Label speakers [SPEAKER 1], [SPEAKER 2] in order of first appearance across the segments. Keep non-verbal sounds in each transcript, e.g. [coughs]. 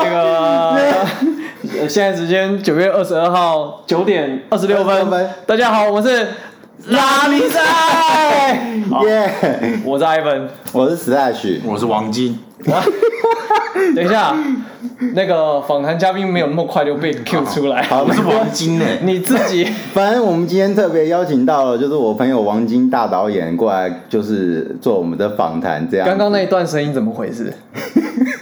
[SPEAKER 1] 对，呃现在时间九月二十二号九点二十六
[SPEAKER 2] 26
[SPEAKER 1] 分
[SPEAKER 2] 分。
[SPEAKER 1] 大家好，我们是拉力赛，好
[SPEAKER 2] 耶！
[SPEAKER 1] 我是 Ivan。
[SPEAKER 2] 我是 Slash，
[SPEAKER 3] 我是王晶，
[SPEAKER 1] 等一下，那个访谈嘉宾没有那么快就被 Q 出来，
[SPEAKER 2] 好
[SPEAKER 3] 我是王晶呢、欸
[SPEAKER 1] 你自己
[SPEAKER 2] 反正我们今天特别邀请到了，就是我朋友王晶大导演过来，就是做我们的访谈这样。
[SPEAKER 1] 刚刚那一段声音怎么回
[SPEAKER 2] [laughs]
[SPEAKER 1] 事？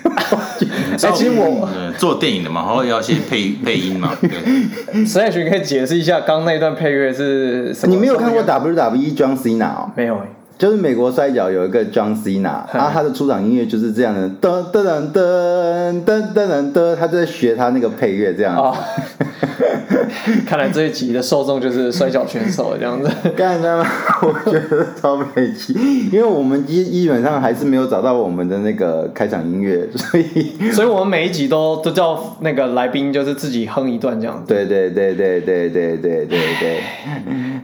[SPEAKER 1] 哎、
[SPEAKER 3] 知道
[SPEAKER 1] 其实我
[SPEAKER 3] 呃做电影的嘛，然后要先配配音
[SPEAKER 1] [laughs]
[SPEAKER 3] 嘛，对，
[SPEAKER 1] 实在群可以解释一下，刚刚那一段配乐是什么？
[SPEAKER 2] 嗯你没有看过？WWE John Cena 哦？
[SPEAKER 1] 没有、欸，
[SPEAKER 2] 就是美国摔角有一个 John Cena，然后他的出场音乐就是这样的，噔噔噔噔噔噔噔，他就在学他那个配乐这样
[SPEAKER 1] 哦， [laughs] 看来这一集的受众就是摔跤选手这样子。
[SPEAKER 2] 干他妈！ [laughs] 我觉得超美气，因为我们基基本上还是没有找到我们的那个开场音乐，所以
[SPEAKER 1] 所以我们每一集都都叫那个来宾就是自己哼一段这样子。
[SPEAKER 2] 对对对对对对对对对。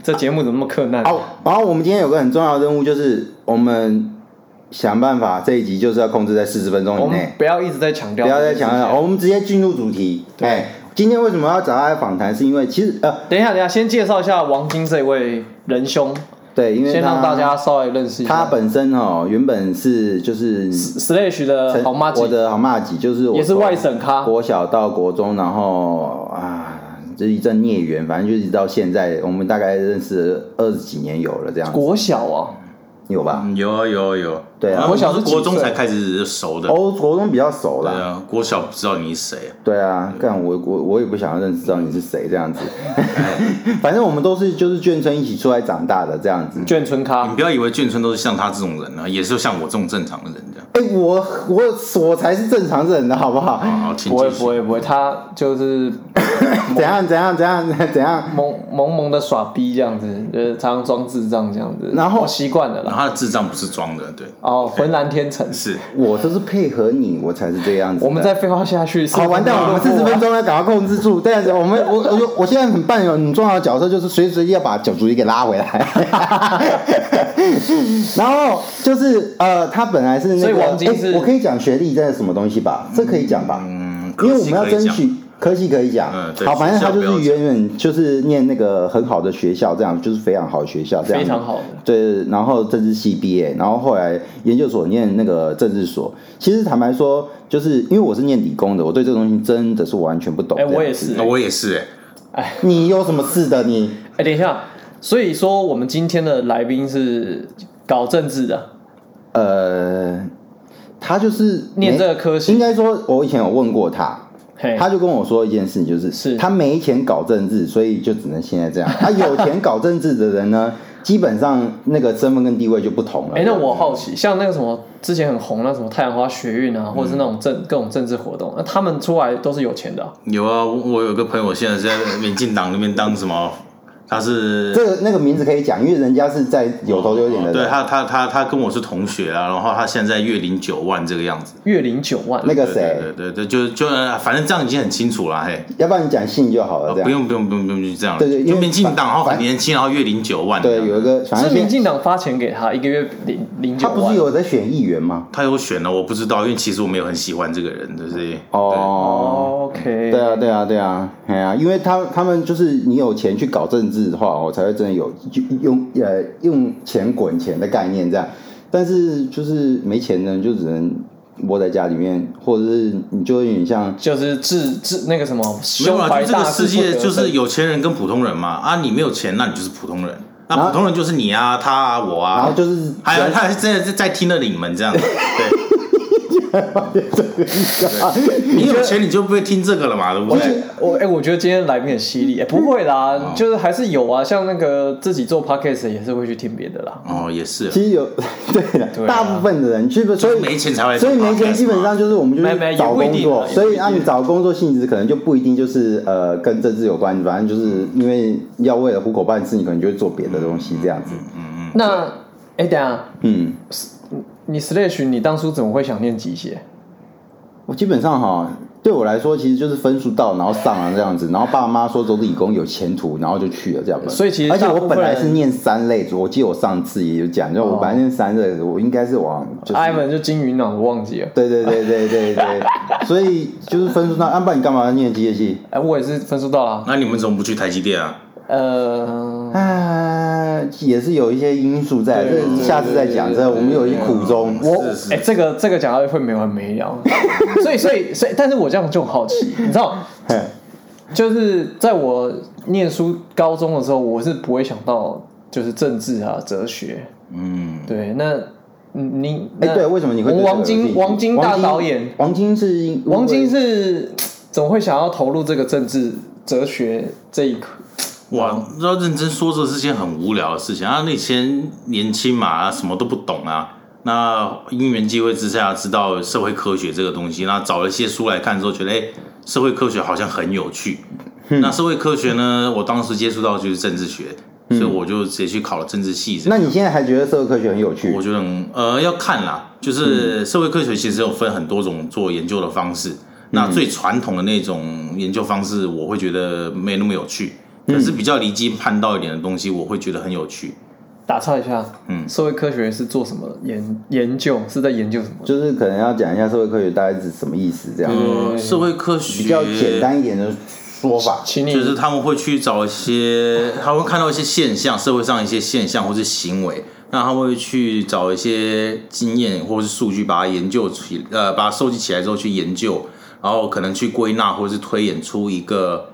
[SPEAKER 1] 这节目怎么那么困难？
[SPEAKER 2] 好，然后我们今天有个很重要的任务，就是我们想办法这一集就是要控制在四十分钟
[SPEAKER 1] 我
[SPEAKER 2] 以
[SPEAKER 1] 们
[SPEAKER 2] 内，
[SPEAKER 1] 不要一直在强调，
[SPEAKER 2] 欸不要再强调。。我们直接进入主题。
[SPEAKER 1] 对
[SPEAKER 2] 哎，今天为什么要找他来访谈？是因为其实呃，
[SPEAKER 1] 等一下，等一下，先介绍一下王晶这位仁兄，
[SPEAKER 2] 对，因为
[SPEAKER 1] 先让
[SPEAKER 2] 他
[SPEAKER 1] 大家稍微认识一
[SPEAKER 2] 他
[SPEAKER 1] 下。
[SPEAKER 2] 本身哦，原本是就是
[SPEAKER 1] Slash 的呃好妈
[SPEAKER 2] 我
[SPEAKER 1] 姐，
[SPEAKER 2] 的好妈吉，就是我
[SPEAKER 1] 也是
[SPEAKER 2] 从
[SPEAKER 1] 外省咖
[SPEAKER 2] 国小到国中，然后啊，这一阵孽缘，反正就一直到现在，我们大概认识了二十几年有了，这样
[SPEAKER 1] 国小啊，
[SPEAKER 2] 有吧？
[SPEAKER 3] 嗯有啊有啊有啊，
[SPEAKER 2] 对啊
[SPEAKER 3] 我
[SPEAKER 1] 国小
[SPEAKER 3] 是
[SPEAKER 1] 是几
[SPEAKER 3] 国中
[SPEAKER 1] 岁
[SPEAKER 3] 才开始熟的，
[SPEAKER 1] 嗯
[SPEAKER 2] 哦，国中比较熟
[SPEAKER 3] 对
[SPEAKER 2] 啦。
[SPEAKER 3] 啊，国小不知道你是谁啊，
[SPEAKER 2] 对啊，干我我我也不想要认识到你是谁这样子， [laughs] 反正我们都是就是眷村一起出来长大的这样子。
[SPEAKER 1] 眷村
[SPEAKER 3] 啊你
[SPEAKER 1] 咖。
[SPEAKER 3] 不要以为眷村都是像他这种人啊，也是像我这种正常的人这样，
[SPEAKER 2] 哎、我我我才是正常人的好不好？
[SPEAKER 3] 好好，请
[SPEAKER 1] 不会
[SPEAKER 3] 继续
[SPEAKER 1] 不。会不会，他就是 [coughs]
[SPEAKER 2] 怎样怎样怎样怎样？
[SPEAKER 1] 萌萌萌的耍逼这样子，就是常常装智障这样子，
[SPEAKER 2] 然后
[SPEAKER 1] 我习惯了
[SPEAKER 3] 然
[SPEAKER 1] 啦。
[SPEAKER 3] 后他的智障不是装的，对，
[SPEAKER 1] 哦，浑然天成。
[SPEAKER 3] 是
[SPEAKER 2] 我都是配合你，我才是这样子的。
[SPEAKER 1] 我们再废话下去，
[SPEAKER 2] 好完蛋，我们四十分钟要赶快控制住。这样子，我们我我我现在很扮演很重要的角色，就是随时随地要把九主席给拉回来。 [laughs] 然后就是呃，他本来是那个，
[SPEAKER 1] 所
[SPEAKER 2] 哎
[SPEAKER 1] 以王晶是
[SPEAKER 2] 诶我可以讲学历这是什么东西吧？这可以讲吧？
[SPEAKER 3] 嗯
[SPEAKER 2] 因为我们要
[SPEAKER 3] 可以
[SPEAKER 2] 争
[SPEAKER 3] 讲
[SPEAKER 2] 取。科系可以讲，
[SPEAKER 3] 嗯对
[SPEAKER 2] 好，反正他就
[SPEAKER 3] 学校
[SPEAKER 2] 是
[SPEAKER 3] 不要
[SPEAKER 2] 远远就是念那个很好的学校，这样就是非常好的学校，这样
[SPEAKER 1] 非常好的
[SPEAKER 2] 对，然后政治系毕业，然后后来研究所念那个政治所。其实坦白说，就是因为我是念理工的，我对这个东西真的是完全不懂。
[SPEAKER 1] 哎，我也是。
[SPEAKER 3] 那我也是哎、
[SPEAKER 2] 你有什么事的你？
[SPEAKER 1] 哎，等一下，所以说我们今天的来宾是搞政治的，
[SPEAKER 2] 呃，他就是
[SPEAKER 1] 念
[SPEAKER 2] 没
[SPEAKER 1] 这个科系
[SPEAKER 2] 应该说，我以前有问过他。
[SPEAKER 1] 嘿，
[SPEAKER 2] 他就跟我说一件事情，就是
[SPEAKER 1] 是
[SPEAKER 2] 他没钱搞政治，所以就只能现在这样。他有钱搞政治的人呢，基本上那个身份跟地位就不同了。
[SPEAKER 1] 哎，那我好奇，像那个什么之前很红那什么太阳花学运
[SPEAKER 2] 嗯
[SPEAKER 1] 啊，或者是那种政各种政治活动，那他们出来都是有钱的啊，
[SPEAKER 3] 有啊，我我有个朋友现在是在民进党那边当什么，他是
[SPEAKER 2] 这个那个名字可以讲，因为人家是在有头有脸的
[SPEAKER 3] 对
[SPEAKER 2] 人。
[SPEAKER 3] 他，他他他跟我是同学啊，然后他现在月领九万这个样子。
[SPEAKER 1] 月领九万。
[SPEAKER 2] 那个
[SPEAKER 3] 对
[SPEAKER 2] 谁，
[SPEAKER 3] 对对对，就就呃反正这样已经很清楚了，嘿，
[SPEAKER 2] 要不然你讲姓就好了，
[SPEAKER 3] 呃
[SPEAKER 2] 哦这
[SPEAKER 3] 不
[SPEAKER 2] 样。
[SPEAKER 3] 用不用不用不用就这样了。
[SPEAKER 2] 对对因为
[SPEAKER 3] 就民进党，然后
[SPEAKER 2] 反
[SPEAKER 3] 很年轻，然后月领九万。
[SPEAKER 2] 对，
[SPEAKER 3] 这样
[SPEAKER 2] 有一个反
[SPEAKER 1] 是
[SPEAKER 2] 正
[SPEAKER 1] 民
[SPEAKER 2] 现
[SPEAKER 1] 进党发钱给他，一个月领领九
[SPEAKER 2] 他
[SPEAKER 1] 万。
[SPEAKER 2] 不是有在选议员吗？
[SPEAKER 3] 他有选了，我不知道，因为其实我没有很喜欢这个人，对不对？
[SPEAKER 2] 哦，
[SPEAKER 1] 哦？OK，
[SPEAKER 2] 对啊，对啊，对啊，哎呀、因为他他们就是你有钱去搞政治的话，我才会真的有就用呃用钱滚钱的概念这样。但是就是没钱呢，就只能窝在家里面，或者是你就有点像
[SPEAKER 1] 就是治治那个什么
[SPEAKER 3] 没有
[SPEAKER 1] 胸
[SPEAKER 3] 啦，
[SPEAKER 1] 怀
[SPEAKER 3] 就这
[SPEAKER 1] 大
[SPEAKER 3] 个
[SPEAKER 1] 志
[SPEAKER 3] 世
[SPEAKER 1] 不可
[SPEAKER 3] 界就
[SPEAKER 1] 得
[SPEAKER 3] 是有钱人跟普通人嘛，啊，你没有钱，那你就是普通人，那普通人就是你啊，他啊，我
[SPEAKER 2] 然后
[SPEAKER 3] 啊，
[SPEAKER 2] 就是
[SPEAKER 3] 还有他还是真的是在听了你们这样，
[SPEAKER 2] [laughs]
[SPEAKER 3] 对，你有钱你就不会听这个了嘛，对不对？
[SPEAKER 1] 我哎、我觉得今天来宾很犀利，哎、不会
[SPEAKER 3] 哦
[SPEAKER 1] 啦，就是还是有啊，像那个自己做 podcast 也是会去听别的啦。
[SPEAKER 3] 哦，也是，
[SPEAKER 2] 其实
[SPEAKER 3] [laughs]
[SPEAKER 2] 有对的，
[SPEAKER 1] 对啊
[SPEAKER 2] 大部分的人基本所以
[SPEAKER 3] 没钱才会
[SPEAKER 2] 所以没钱
[SPEAKER 3] podcast
[SPEAKER 2] 基本上就是我们就
[SPEAKER 1] 没没
[SPEAKER 2] 是找
[SPEAKER 1] 也不一
[SPEAKER 2] 工
[SPEAKER 1] 定啊
[SPEAKER 2] 作，所
[SPEAKER 1] 也不一
[SPEAKER 2] 以
[SPEAKER 1] 定
[SPEAKER 2] 按你找工作性质可能就不一定就是呃跟政治有关，反正就是因为要为了糊口办事，你可能就会做别的东西这样子。
[SPEAKER 3] 嗯
[SPEAKER 1] 那哎、等一下，
[SPEAKER 2] 嗯，
[SPEAKER 1] 你 slash 你当初怎么会想念机械？
[SPEAKER 2] 我基本上哈，对我来说，其实就是分数到，然后上了这样子，然后爸妈说走理工有前途，然后就去了这样子。
[SPEAKER 1] 所以其实
[SPEAKER 2] 而且
[SPEAKER 1] 大部
[SPEAKER 2] 我
[SPEAKER 1] 分
[SPEAKER 2] 本来是
[SPEAKER 1] 人哦
[SPEAKER 2] 念三类，我记得我上次也有讲，就我本来念三类，我应该是往就是
[SPEAKER 1] 艾文就金鱼脑，我忘记了。
[SPEAKER 2] 对对对对对对，所以就是分数到，安、啊、爸你干嘛要念机械系？
[SPEAKER 1] 哎，我也是分数到了啊，
[SPEAKER 3] 那你们怎么不去台积电啊？
[SPEAKER 1] 呃，
[SPEAKER 2] 啊，也是有一些因素在，这个下次再讲。这个我们有一些苦衷。
[SPEAKER 1] 我
[SPEAKER 3] 是是
[SPEAKER 1] 哎、这个这个讲到会没完没了， [laughs] 所以所以所以，但是我这样就很好奇，你知道，
[SPEAKER 2] 嘿
[SPEAKER 1] 就是在我念书高中的时候，我是不会想到就是政治啊、哲学，
[SPEAKER 3] 嗯，
[SPEAKER 1] 对，那嗯你
[SPEAKER 2] 哎、
[SPEAKER 1] 那
[SPEAKER 2] 对，为什么你会对这个
[SPEAKER 1] 王
[SPEAKER 2] 有兴
[SPEAKER 1] 晶
[SPEAKER 2] 趣
[SPEAKER 1] 王晶大导演？
[SPEAKER 2] 王晶是因
[SPEAKER 1] 王晶是怎么会想要投入这个政治哲学这一科？
[SPEAKER 3] 哇，要认真说，这是件很无聊的事情啊。那以前年轻嘛，什么都不懂啊。那因缘机会之下，知道社会科学这个东西，那找了一些书来看之后，觉得哎、社会科学好像很有趣。那社会科学呢，我当时接触到就是政治学，所以我就直接去考了政治系这样。
[SPEAKER 2] 那你现在还觉得社会科学很有趣
[SPEAKER 3] 我？觉得很呃要看
[SPEAKER 2] 嗯
[SPEAKER 3] 啦，就是社会科学其实有分很多种做研究的方式。那
[SPEAKER 2] 嗯
[SPEAKER 3] 最传统的那种研究方式，我会觉得没那么有趣。
[SPEAKER 2] 嗯
[SPEAKER 3] 可是比较离经叛道一点的东西，我会觉得很有趣。
[SPEAKER 1] 打岔一下，
[SPEAKER 3] 嗯
[SPEAKER 1] 社会科学是做什么的研研究？是在研究什么？
[SPEAKER 2] 就是可能要讲一下社会科学大概是什么意思，这样、
[SPEAKER 1] 嗯
[SPEAKER 3] 呃，社会科学
[SPEAKER 2] 比较简，单一点的说法。
[SPEAKER 1] 请你
[SPEAKER 3] 就是他们会去找一些，呃他会看到一些现象，社会上一些现象或是行为，那他会去找一些经验或是数据，把它研究起，呃，把它收集起来之后去研究，然后可能去归纳或是推演出一个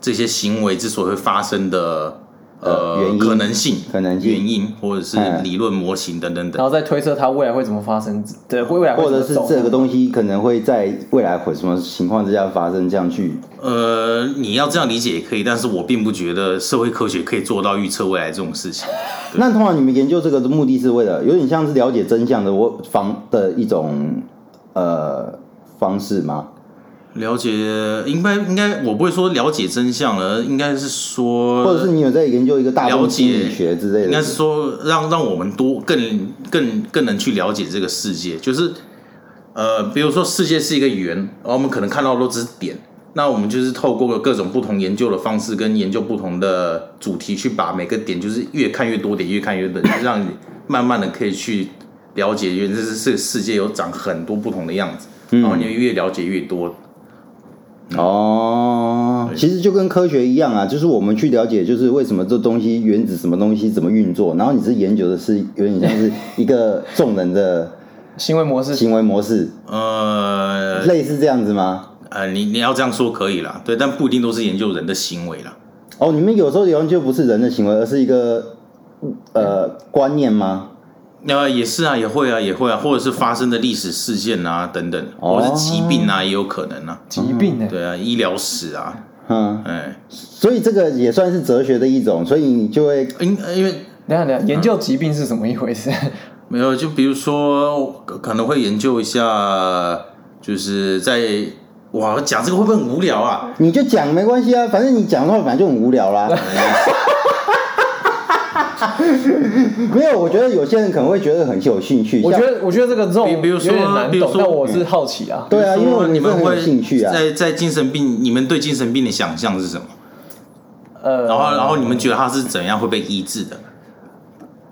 [SPEAKER 3] 这些行为之所以会发生的
[SPEAKER 2] 呃
[SPEAKER 3] 呃
[SPEAKER 2] 原因
[SPEAKER 3] 可能性、
[SPEAKER 2] 可能性
[SPEAKER 3] 原因或者是
[SPEAKER 2] 嗯
[SPEAKER 3] 理论模型等等
[SPEAKER 1] 然
[SPEAKER 3] 等。
[SPEAKER 1] 后再推测它未来会怎么发生，对，未来会
[SPEAKER 2] 或
[SPEAKER 1] 怎么
[SPEAKER 2] 者是
[SPEAKER 1] 走
[SPEAKER 2] 这个东西可能会在未来或什么情况之下发生，这样去
[SPEAKER 3] 呃，你要这样理解也可以，但是我并不觉得社会科学可以做到预测未来这种事情。
[SPEAKER 2] 那通常你们研究这个的目的是为了有点像是了解真相的我方的一种呃方式吗？
[SPEAKER 3] 了解，应该应该，我不会说了解真相了，应该是说，
[SPEAKER 2] 或者是你有在研究一个大
[SPEAKER 3] 呃了
[SPEAKER 2] 众心理
[SPEAKER 3] 解
[SPEAKER 2] 学之类
[SPEAKER 3] 应该
[SPEAKER 2] 的？
[SPEAKER 3] 是说让让我们多更更更能去了解这个世界，就是呃，比如说世界是一个圆，然后我们可能看到的都只是点，那我们就是透过各种不同研究的方式跟研究不同的主题，去把每个点就是越看越多点，越看越多点，让你慢慢的可以去了解，原来这是这个世界有长很多不同的样子，然后你越了解越多，
[SPEAKER 2] 哦，其实就跟科学一样啊，就是我们去了解，就是为什么这东西原子什么东西怎么运作，然后你是研究的是有点像是一个众人的
[SPEAKER 1] 行为模式
[SPEAKER 2] 行为模式，
[SPEAKER 3] 呃，
[SPEAKER 2] 类似这样子吗？
[SPEAKER 3] 呃，你你要这样说可以啦，对，但不一定都是研究人的行为啦。
[SPEAKER 2] 哦，你们有时候研究不是人的行为，而是一个呃观念吗？
[SPEAKER 3] 那、也是啊，也会啊，也会啊，或者是发生的历史事件啊等等，或
[SPEAKER 2] 哦
[SPEAKER 3] 者是疾病啊，也有可能啊。
[SPEAKER 1] 疾病呢、
[SPEAKER 3] 对啊，医疗史啊，
[SPEAKER 2] 嗯，
[SPEAKER 3] 哎，
[SPEAKER 2] 所以这个也算是哲学的一种，所以你就会
[SPEAKER 3] 因因为
[SPEAKER 1] 等一下等一下，研究疾病是怎么一回事？
[SPEAKER 3] 没有，就比如说可可能会研究一下，就是在哇，讲这个会不会很无聊啊？
[SPEAKER 2] 你就讲没关系啊，反正你讲的话本来就很无聊
[SPEAKER 3] [laughs]
[SPEAKER 2] 啦。没有，我觉得有些人可能会觉得很有兴趣，
[SPEAKER 1] 我
[SPEAKER 2] 像
[SPEAKER 1] 觉得我觉得这个这种
[SPEAKER 3] 比比如说
[SPEAKER 1] 有点难
[SPEAKER 3] 比如
[SPEAKER 1] 懂，
[SPEAKER 3] 说嗯
[SPEAKER 1] 但我是好奇啊。
[SPEAKER 2] 对啊，因为我
[SPEAKER 3] 说你
[SPEAKER 2] 们
[SPEAKER 3] 们
[SPEAKER 2] 很有
[SPEAKER 3] 会
[SPEAKER 2] 兴趣啊。
[SPEAKER 3] 在在精神病，你们对精神病的想象是什么？
[SPEAKER 1] 呃，
[SPEAKER 3] 然后然后你们觉得它是怎样会被医治的？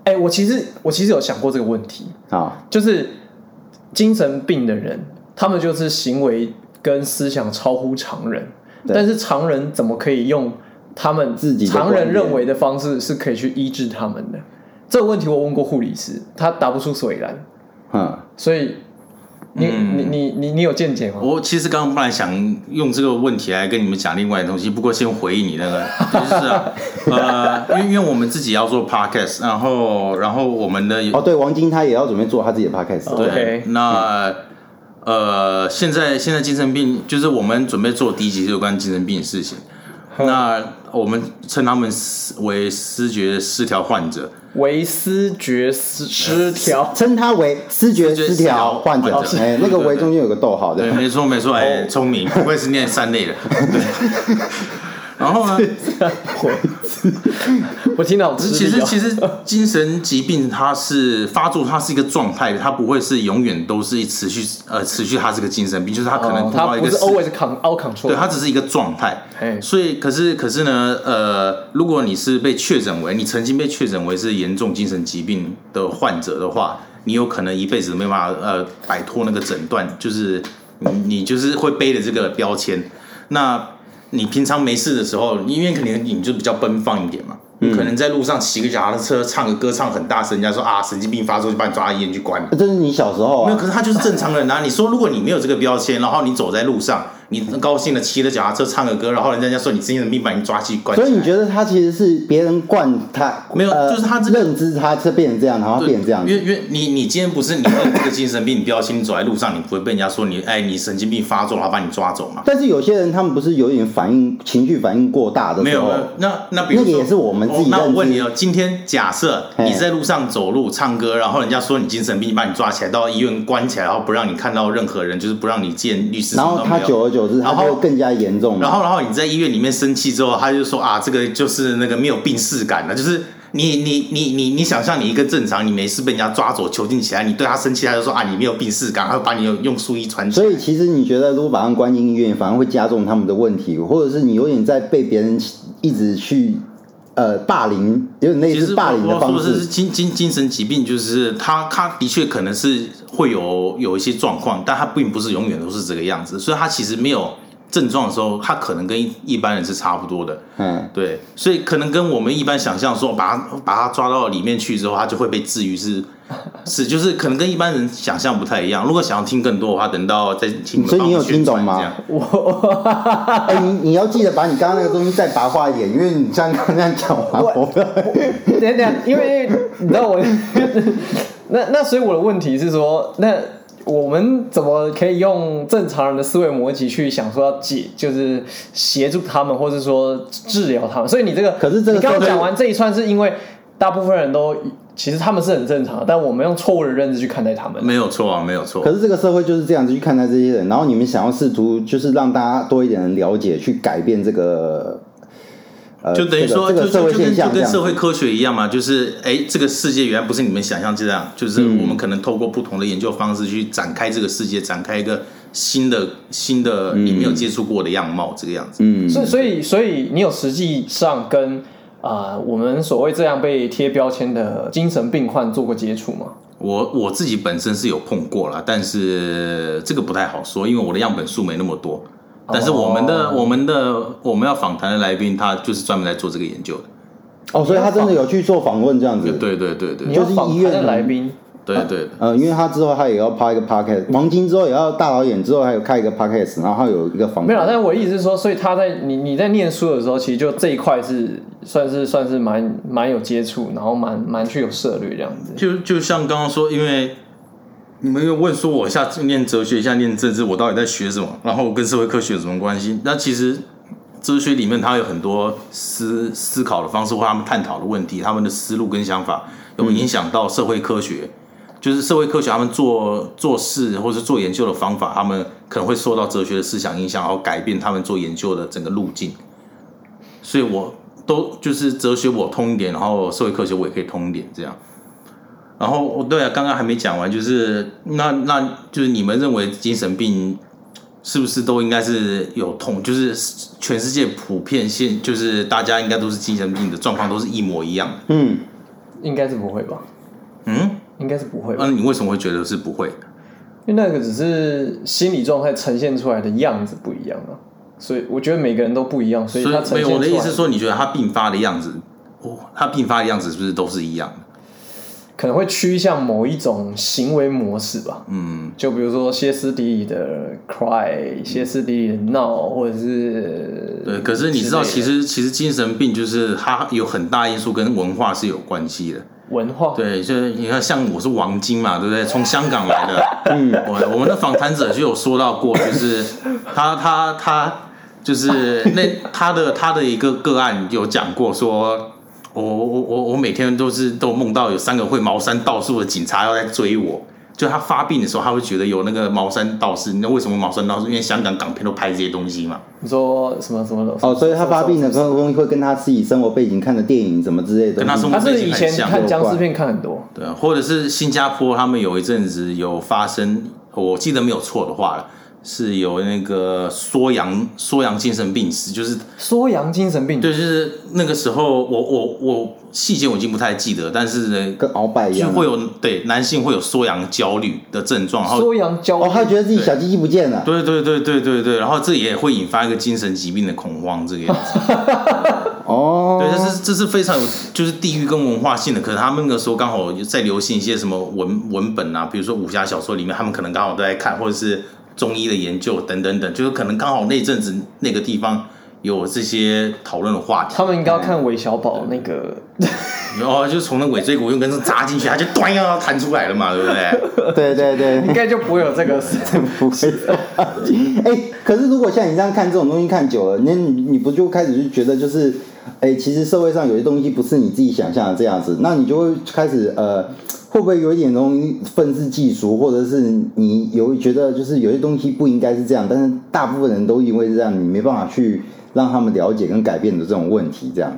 [SPEAKER 1] 哎、我其实我其实有想过这个问题，
[SPEAKER 2] 好，
[SPEAKER 1] 就是精神病的人，他们就是行为跟思想超乎常人，
[SPEAKER 2] 对
[SPEAKER 1] 但是常人怎么可以用他们
[SPEAKER 2] 自己的
[SPEAKER 1] 常
[SPEAKER 2] 观
[SPEAKER 1] 人
[SPEAKER 2] 点
[SPEAKER 1] 认为的方式是可以去医治他们的？这个问题我问过护理师，他答不出所以然，
[SPEAKER 2] 嗯，
[SPEAKER 1] 所以你、
[SPEAKER 3] 嗯
[SPEAKER 1] 你你你你有见解吗？
[SPEAKER 3] 我其实刚刚本来想用这个问题来跟你们讲另外的东西，不过先回应你那个，就是啊，呃，因为因为我们自己要做 podcast，然后然后我们的
[SPEAKER 2] 哦，对，王晶他也要准备做他自己的 podcast，
[SPEAKER 1] 对
[SPEAKER 3] 对
[SPEAKER 1] OK
[SPEAKER 3] 那呃，现在现在精神病就是我们准备做第一集有关精神病的事情，那我们称他们为视觉失调患者，
[SPEAKER 1] 为思觉失失调，
[SPEAKER 2] 称他为视觉
[SPEAKER 3] 觉
[SPEAKER 2] 失
[SPEAKER 3] 失
[SPEAKER 2] 调
[SPEAKER 3] 调
[SPEAKER 2] 患者
[SPEAKER 3] 患者，
[SPEAKER 2] 哎，那个“为”中间有个逗号
[SPEAKER 3] 对，
[SPEAKER 2] 的。
[SPEAKER 3] 没错没错，哎，聪明，不愧是念三类的。对然后呢，
[SPEAKER 1] [laughs] 我听到吃
[SPEAKER 3] 呃其
[SPEAKER 1] 力
[SPEAKER 3] 实
[SPEAKER 1] 哦
[SPEAKER 3] 其
[SPEAKER 1] [laughs]
[SPEAKER 3] 实精神疾病它是发作，它是一个状态，它不会是永远都是持续呃持续，它是个精神病，就是它可能
[SPEAKER 1] 哦
[SPEAKER 3] 碰到
[SPEAKER 1] 它
[SPEAKER 3] 一
[SPEAKER 1] 不
[SPEAKER 3] 个
[SPEAKER 1] 是
[SPEAKER 3] 事
[SPEAKER 1] always con all control，哎
[SPEAKER 3] 对，它只是一个状态
[SPEAKER 1] 嘿。
[SPEAKER 3] 所以，可是可是呢，呃，如果你是被确诊为你曾经被确诊为是严重精神疾病的患者的话，你有可能一辈子没办法呃摆脱那个诊断，就是你你就是会背着这个标签。那你平常没事的时候，因为可能你就比较奔放一点嘛。你可能在路上骑个脚踏车，唱个歌，唱很大声，人家说啊神经病发作，就把你抓到医院去关。
[SPEAKER 2] 这是你小时候
[SPEAKER 3] 没有，
[SPEAKER 2] 啊，
[SPEAKER 3] 可是他就是正常人啊。你说，如果你没有这个标签，然后你走在路上，你高兴的骑着脚踏车唱个歌，然后人家说你精神病，把你抓去关起
[SPEAKER 2] 所以
[SPEAKER 3] 来。
[SPEAKER 2] 你觉得他其实是别人惯他，
[SPEAKER 3] 没有
[SPEAKER 2] 呃
[SPEAKER 3] 就是他这个
[SPEAKER 2] 认知他是变成这样，然后
[SPEAKER 3] 对
[SPEAKER 2] 变成这样
[SPEAKER 3] 因，为因为你你今天不是你没有这个精神病标签，你走在路上，你不会被人家说你哎你神经病发作，然后把你抓走嘛？
[SPEAKER 2] 但是有些人他们不是有点反应情绪反应过大的
[SPEAKER 3] 没
[SPEAKER 2] 时
[SPEAKER 3] 有，
[SPEAKER 2] 候
[SPEAKER 3] 没，有那那比如
[SPEAKER 2] 那
[SPEAKER 3] 说
[SPEAKER 2] 个也是我们自己
[SPEAKER 3] 哦那我
[SPEAKER 2] 认知
[SPEAKER 3] 问你哦，今天假设
[SPEAKER 2] 嘿
[SPEAKER 3] 你在路上走路唱歌，然后人家说你精神病，把你抓起来到医院关起来，然后不让你看到任何人，就是不让你见律师，
[SPEAKER 2] 然
[SPEAKER 3] 什
[SPEAKER 2] 后
[SPEAKER 3] 么都没
[SPEAKER 2] 他
[SPEAKER 3] 有
[SPEAKER 2] 久而久之，他
[SPEAKER 3] 然后
[SPEAKER 2] 就更加严重
[SPEAKER 3] 然
[SPEAKER 2] 了。
[SPEAKER 3] 后，然后你在医院里面生气之后，他就说啊，这个就是那个没有病逝感了，就是你你你你你想象你一个正常，你没事被人家抓走囚禁起来，你对他生气，他就说啊，你没有病逝感，他会把你用用树衣穿起
[SPEAKER 2] 所
[SPEAKER 3] 来。
[SPEAKER 2] 以其实你觉得，如果把他们关进医院，反而会加重他们的问题，或者是你有点在被别人一直去呃霸凌，有点类
[SPEAKER 3] 其实
[SPEAKER 2] 似霸凌的
[SPEAKER 3] 我
[SPEAKER 2] 方
[SPEAKER 3] 说的是
[SPEAKER 2] 式。
[SPEAKER 3] 精精精神疾病，就是他他的确可能是会有有一些状况，但他并不是永远都是这个样子，所以他其实没有症状的时候，他可能跟一一般人是差不多的。
[SPEAKER 2] 嗯，
[SPEAKER 3] 对，所以可能跟我们一般想象说，把他把他抓到里面去之后，他就会被治愈是， [laughs] 是就是可能跟一般人想象不太一样。如果想要听更多的话，等到再请们
[SPEAKER 2] 所以你有
[SPEAKER 3] 帮我们宣
[SPEAKER 2] 听
[SPEAKER 3] 传
[SPEAKER 2] 懂吗
[SPEAKER 3] 这样？
[SPEAKER 2] 哎、你你要记得把你刚刚那个东西再白话一点，因为你像刚刚那样讲完，我
[SPEAKER 1] [laughs] 等一下等一下，因为你知道我，那那所以我的问题是说，那我们怎么可以用正常人的思维逻辑去想说要解，就是协助他们，或是说治疗他们？所以你这个，
[SPEAKER 2] 可是这个
[SPEAKER 1] 你刚刚
[SPEAKER 2] 社会
[SPEAKER 1] 讲完这一串，是因为大部分人都其实他们是很正常的，但我们用错误的认知去看待他们。
[SPEAKER 3] 没有错啊，没有错
[SPEAKER 2] 可。是这个社会就是这样子去看待这些人，然后你们想要试图就是让大家多一点人了解，去改变这个，呃，
[SPEAKER 3] 就等于说，
[SPEAKER 2] 这个、
[SPEAKER 3] 就
[SPEAKER 2] 这个社会
[SPEAKER 3] 就就跟
[SPEAKER 2] 现
[SPEAKER 3] 就
[SPEAKER 2] 象这
[SPEAKER 3] 跟
[SPEAKER 2] 样
[SPEAKER 3] 社会
[SPEAKER 2] 子。
[SPEAKER 3] 科学一样嘛，就是哎，这个世界原来不是你们想象这样，就是
[SPEAKER 2] 嗯
[SPEAKER 3] 我们可能透过不同的研究方式去展开这个世界，展开一个新的新的你没有接触过的样貌，这个样子。
[SPEAKER 2] 嗯，
[SPEAKER 1] 所以，所以，所以你有实际上跟啊、呃我们所谓这样被贴标签的精神病患做过接触吗？
[SPEAKER 3] 我我自己本身是有碰过啦，但是这个不太好说，因为我的样本数没那么多。但是我们的、我们的我们要访谈的来宾，他就是专门来做这个研究的。
[SPEAKER 2] 哦，所以他真的有去做访问这样子。
[SPEAKER 3] 对对对
[SPEAKER 1] 你
[SPEAKER 3] 对
[SPEAKER 1] 要
[SPEAKER 2] 就是
[SPEAKER 1] 访谈
[SPEAKER 2] 医院
[SPEAKER 3] 啊
[SPEAKER 1] 的
[SPEAKER 2] 吗
[SPEAKER 1] 来宾，
[SPEAKER 3] 对对，
[SPEAKER 2] 呃，因为他之后他也要拍一个
[SPEAKER 1] 嗯
[SPEAKER 2] podcast，王晶之后也要大导演之后还有开一个 podcast，然后他有一个访
[SPEAKER 1] 没有啦，
[SPEAKER 2] 谈
[SPEAKER 1] 但我的意思是说，所以他在你你在念书的时候，其实就这一块是算是算是蛮蛮有接触，然后蛮蛮具有涉略这样子。
[SPEAKER 3] 就就像刚刚说，因为你们又问说我下次念哲学，下念政治，我到底在学什么？然后跟社会科学有什么关系？那其实哲学里面它有很多思思考的方式，或他们探讨的问题，他们的思路跟想法有影响到社会科学。就是社会科学，他们做做事或是做研究的方法，他们可能会受到哲学的思想影响，然后改变他们做研究的整个路径。所以我都就是哲学我通一点，然后社会科学我也可以通一点，这样。然后哦对啊，刚刚还没讲完，就是那那就是你们认为精神病是不是都应该是有痛，就是全世界普遍现就是大家应该都是精神病的状况都是一模一样的？
[SPEAKER 2] 嗯，
[SPEAKER 1] 应该是不会吧？
[SPEAKER 3] 嗯，
[SPEAKER 1] 应该是不会吧？
[SPEAKER 3] 那你为什么会觉得是不会？
[SPEAKER 1] 因为那个只是心理状态呈现出来的样子不一样啊，所以我觉得每个人都不一样，所
[SPEAKER 3] 所
[SPEAKER 1] 以
[SPEAKER 3] 以
[SPEAKER 1] 他呈
[SPEAKER 3] 没
[SPEAKER 1] 现
[SPEAKER 3] 有
[SPEAKER 1] 出来
[SPEAKER 3] 我的意思是说，你觉得他病发的样子，哦，他病发的样子是不是都是一样的？
[SPEAKER 1] 可能会趋向某一种行为模式吧。嗯，就比如说歇斯底里的 cry，歇斯底里的闹，或者是
[SPEAKER 3] 对，可是你知道，
[SPEAKER 1] 之类
[SPEAKER 3] 其
[SPEAKER 1] 的
[SPEAKER 3] 实其实精神病就是它有很大因素跟文化是有关系的。
[SPEAKER 1] 文化
[SPEAKER 3] 对，就是你看，像我是王晶嘛，对不对？从香港来的， [laughs] 嗯，我我们的访谈者就有说到过， [laughs] 就是他他他就是那他的他的一个个案有讲过说。我我我我每天都是都梦到有三个会茅山道术的警察要来追我，就他发病的时候，他会觉得有那个茅山道士。那为什么茅山道士？因为香港港片都拍这些东西嘛。
[SPEAKER 1] 你说什么什么
[SPEAKER 2] 哦，所以他发病的时候会跟他自己生活背景看的电影什么之类的，
[SPEAKER 3] 跟他生
[SPEAKER 1] 他
[SPEAKER 3] 活
[SPEAKER 1] 是以前看僵尸片看很多，
[SPEAKER 3] 对啊，或者是新加坡，他们有一阵子有发生，我记得没有错的话，是有那个缩阳缩阳精神病史，就是
[SPEAKER 1] 缩阳精神病，
[SPEAKER 3] 对，就是那个时候我我我细节我已经不太记得，但是呢，
[SPEAKER 2] 跟鳌拜一
[SPEAKER 3] 就
[SPEAKER 2] 样。
[SPEAKER 3] 会有对男性会有缩阳焦虑的症状，然后
[SPEAKER 1] 缩阳焦
[SPEAKER 2] 哦，
[SPEAKER 1] 虑，
[SPEAKER 2] 他觉得自己小鸡鸡不见了，
[SPEAKER 3] 对对对对对对，然后这也会引发一个精神疾病的恐慌，这个样子。
[SPEAKER 2] 哦，
[SPEAKER 3] 对，这是这是非常有就是地域跟文化性的，可是他们那个时候刚好在流行一些什么文文本啊，比如说武侠小说里面，他们可能刚好都在看，或者是中医的研究等等等，就是可能刚好那阵子那个地方有这些讨论的话题，
[SPEAKER 1] 他们应该要看韦小宝那个，
[SPEAKER 3] 然后就从那尾椎骨用根针扎进去，它就端呀弹出来了嘛，对不对？ [laughs]
[SPEAKER 2] 对对对，
[SPEAKER 1] 应该就不会有这个事。
[SPEAKER 2] 不会说。哎、可是如果像你这样看这种东西看久了，那你你不就开始就觉得就是，哎、其实社会上有些东西不是你自己想象的这样子，那你就会开始呃，会不会有一点容易愤世嫉俗，或者是你有觉得就是有些东西不应该是这样，但是大部分人都因为这样，你没办法去让他们了解跟改变的这种问题，这样子。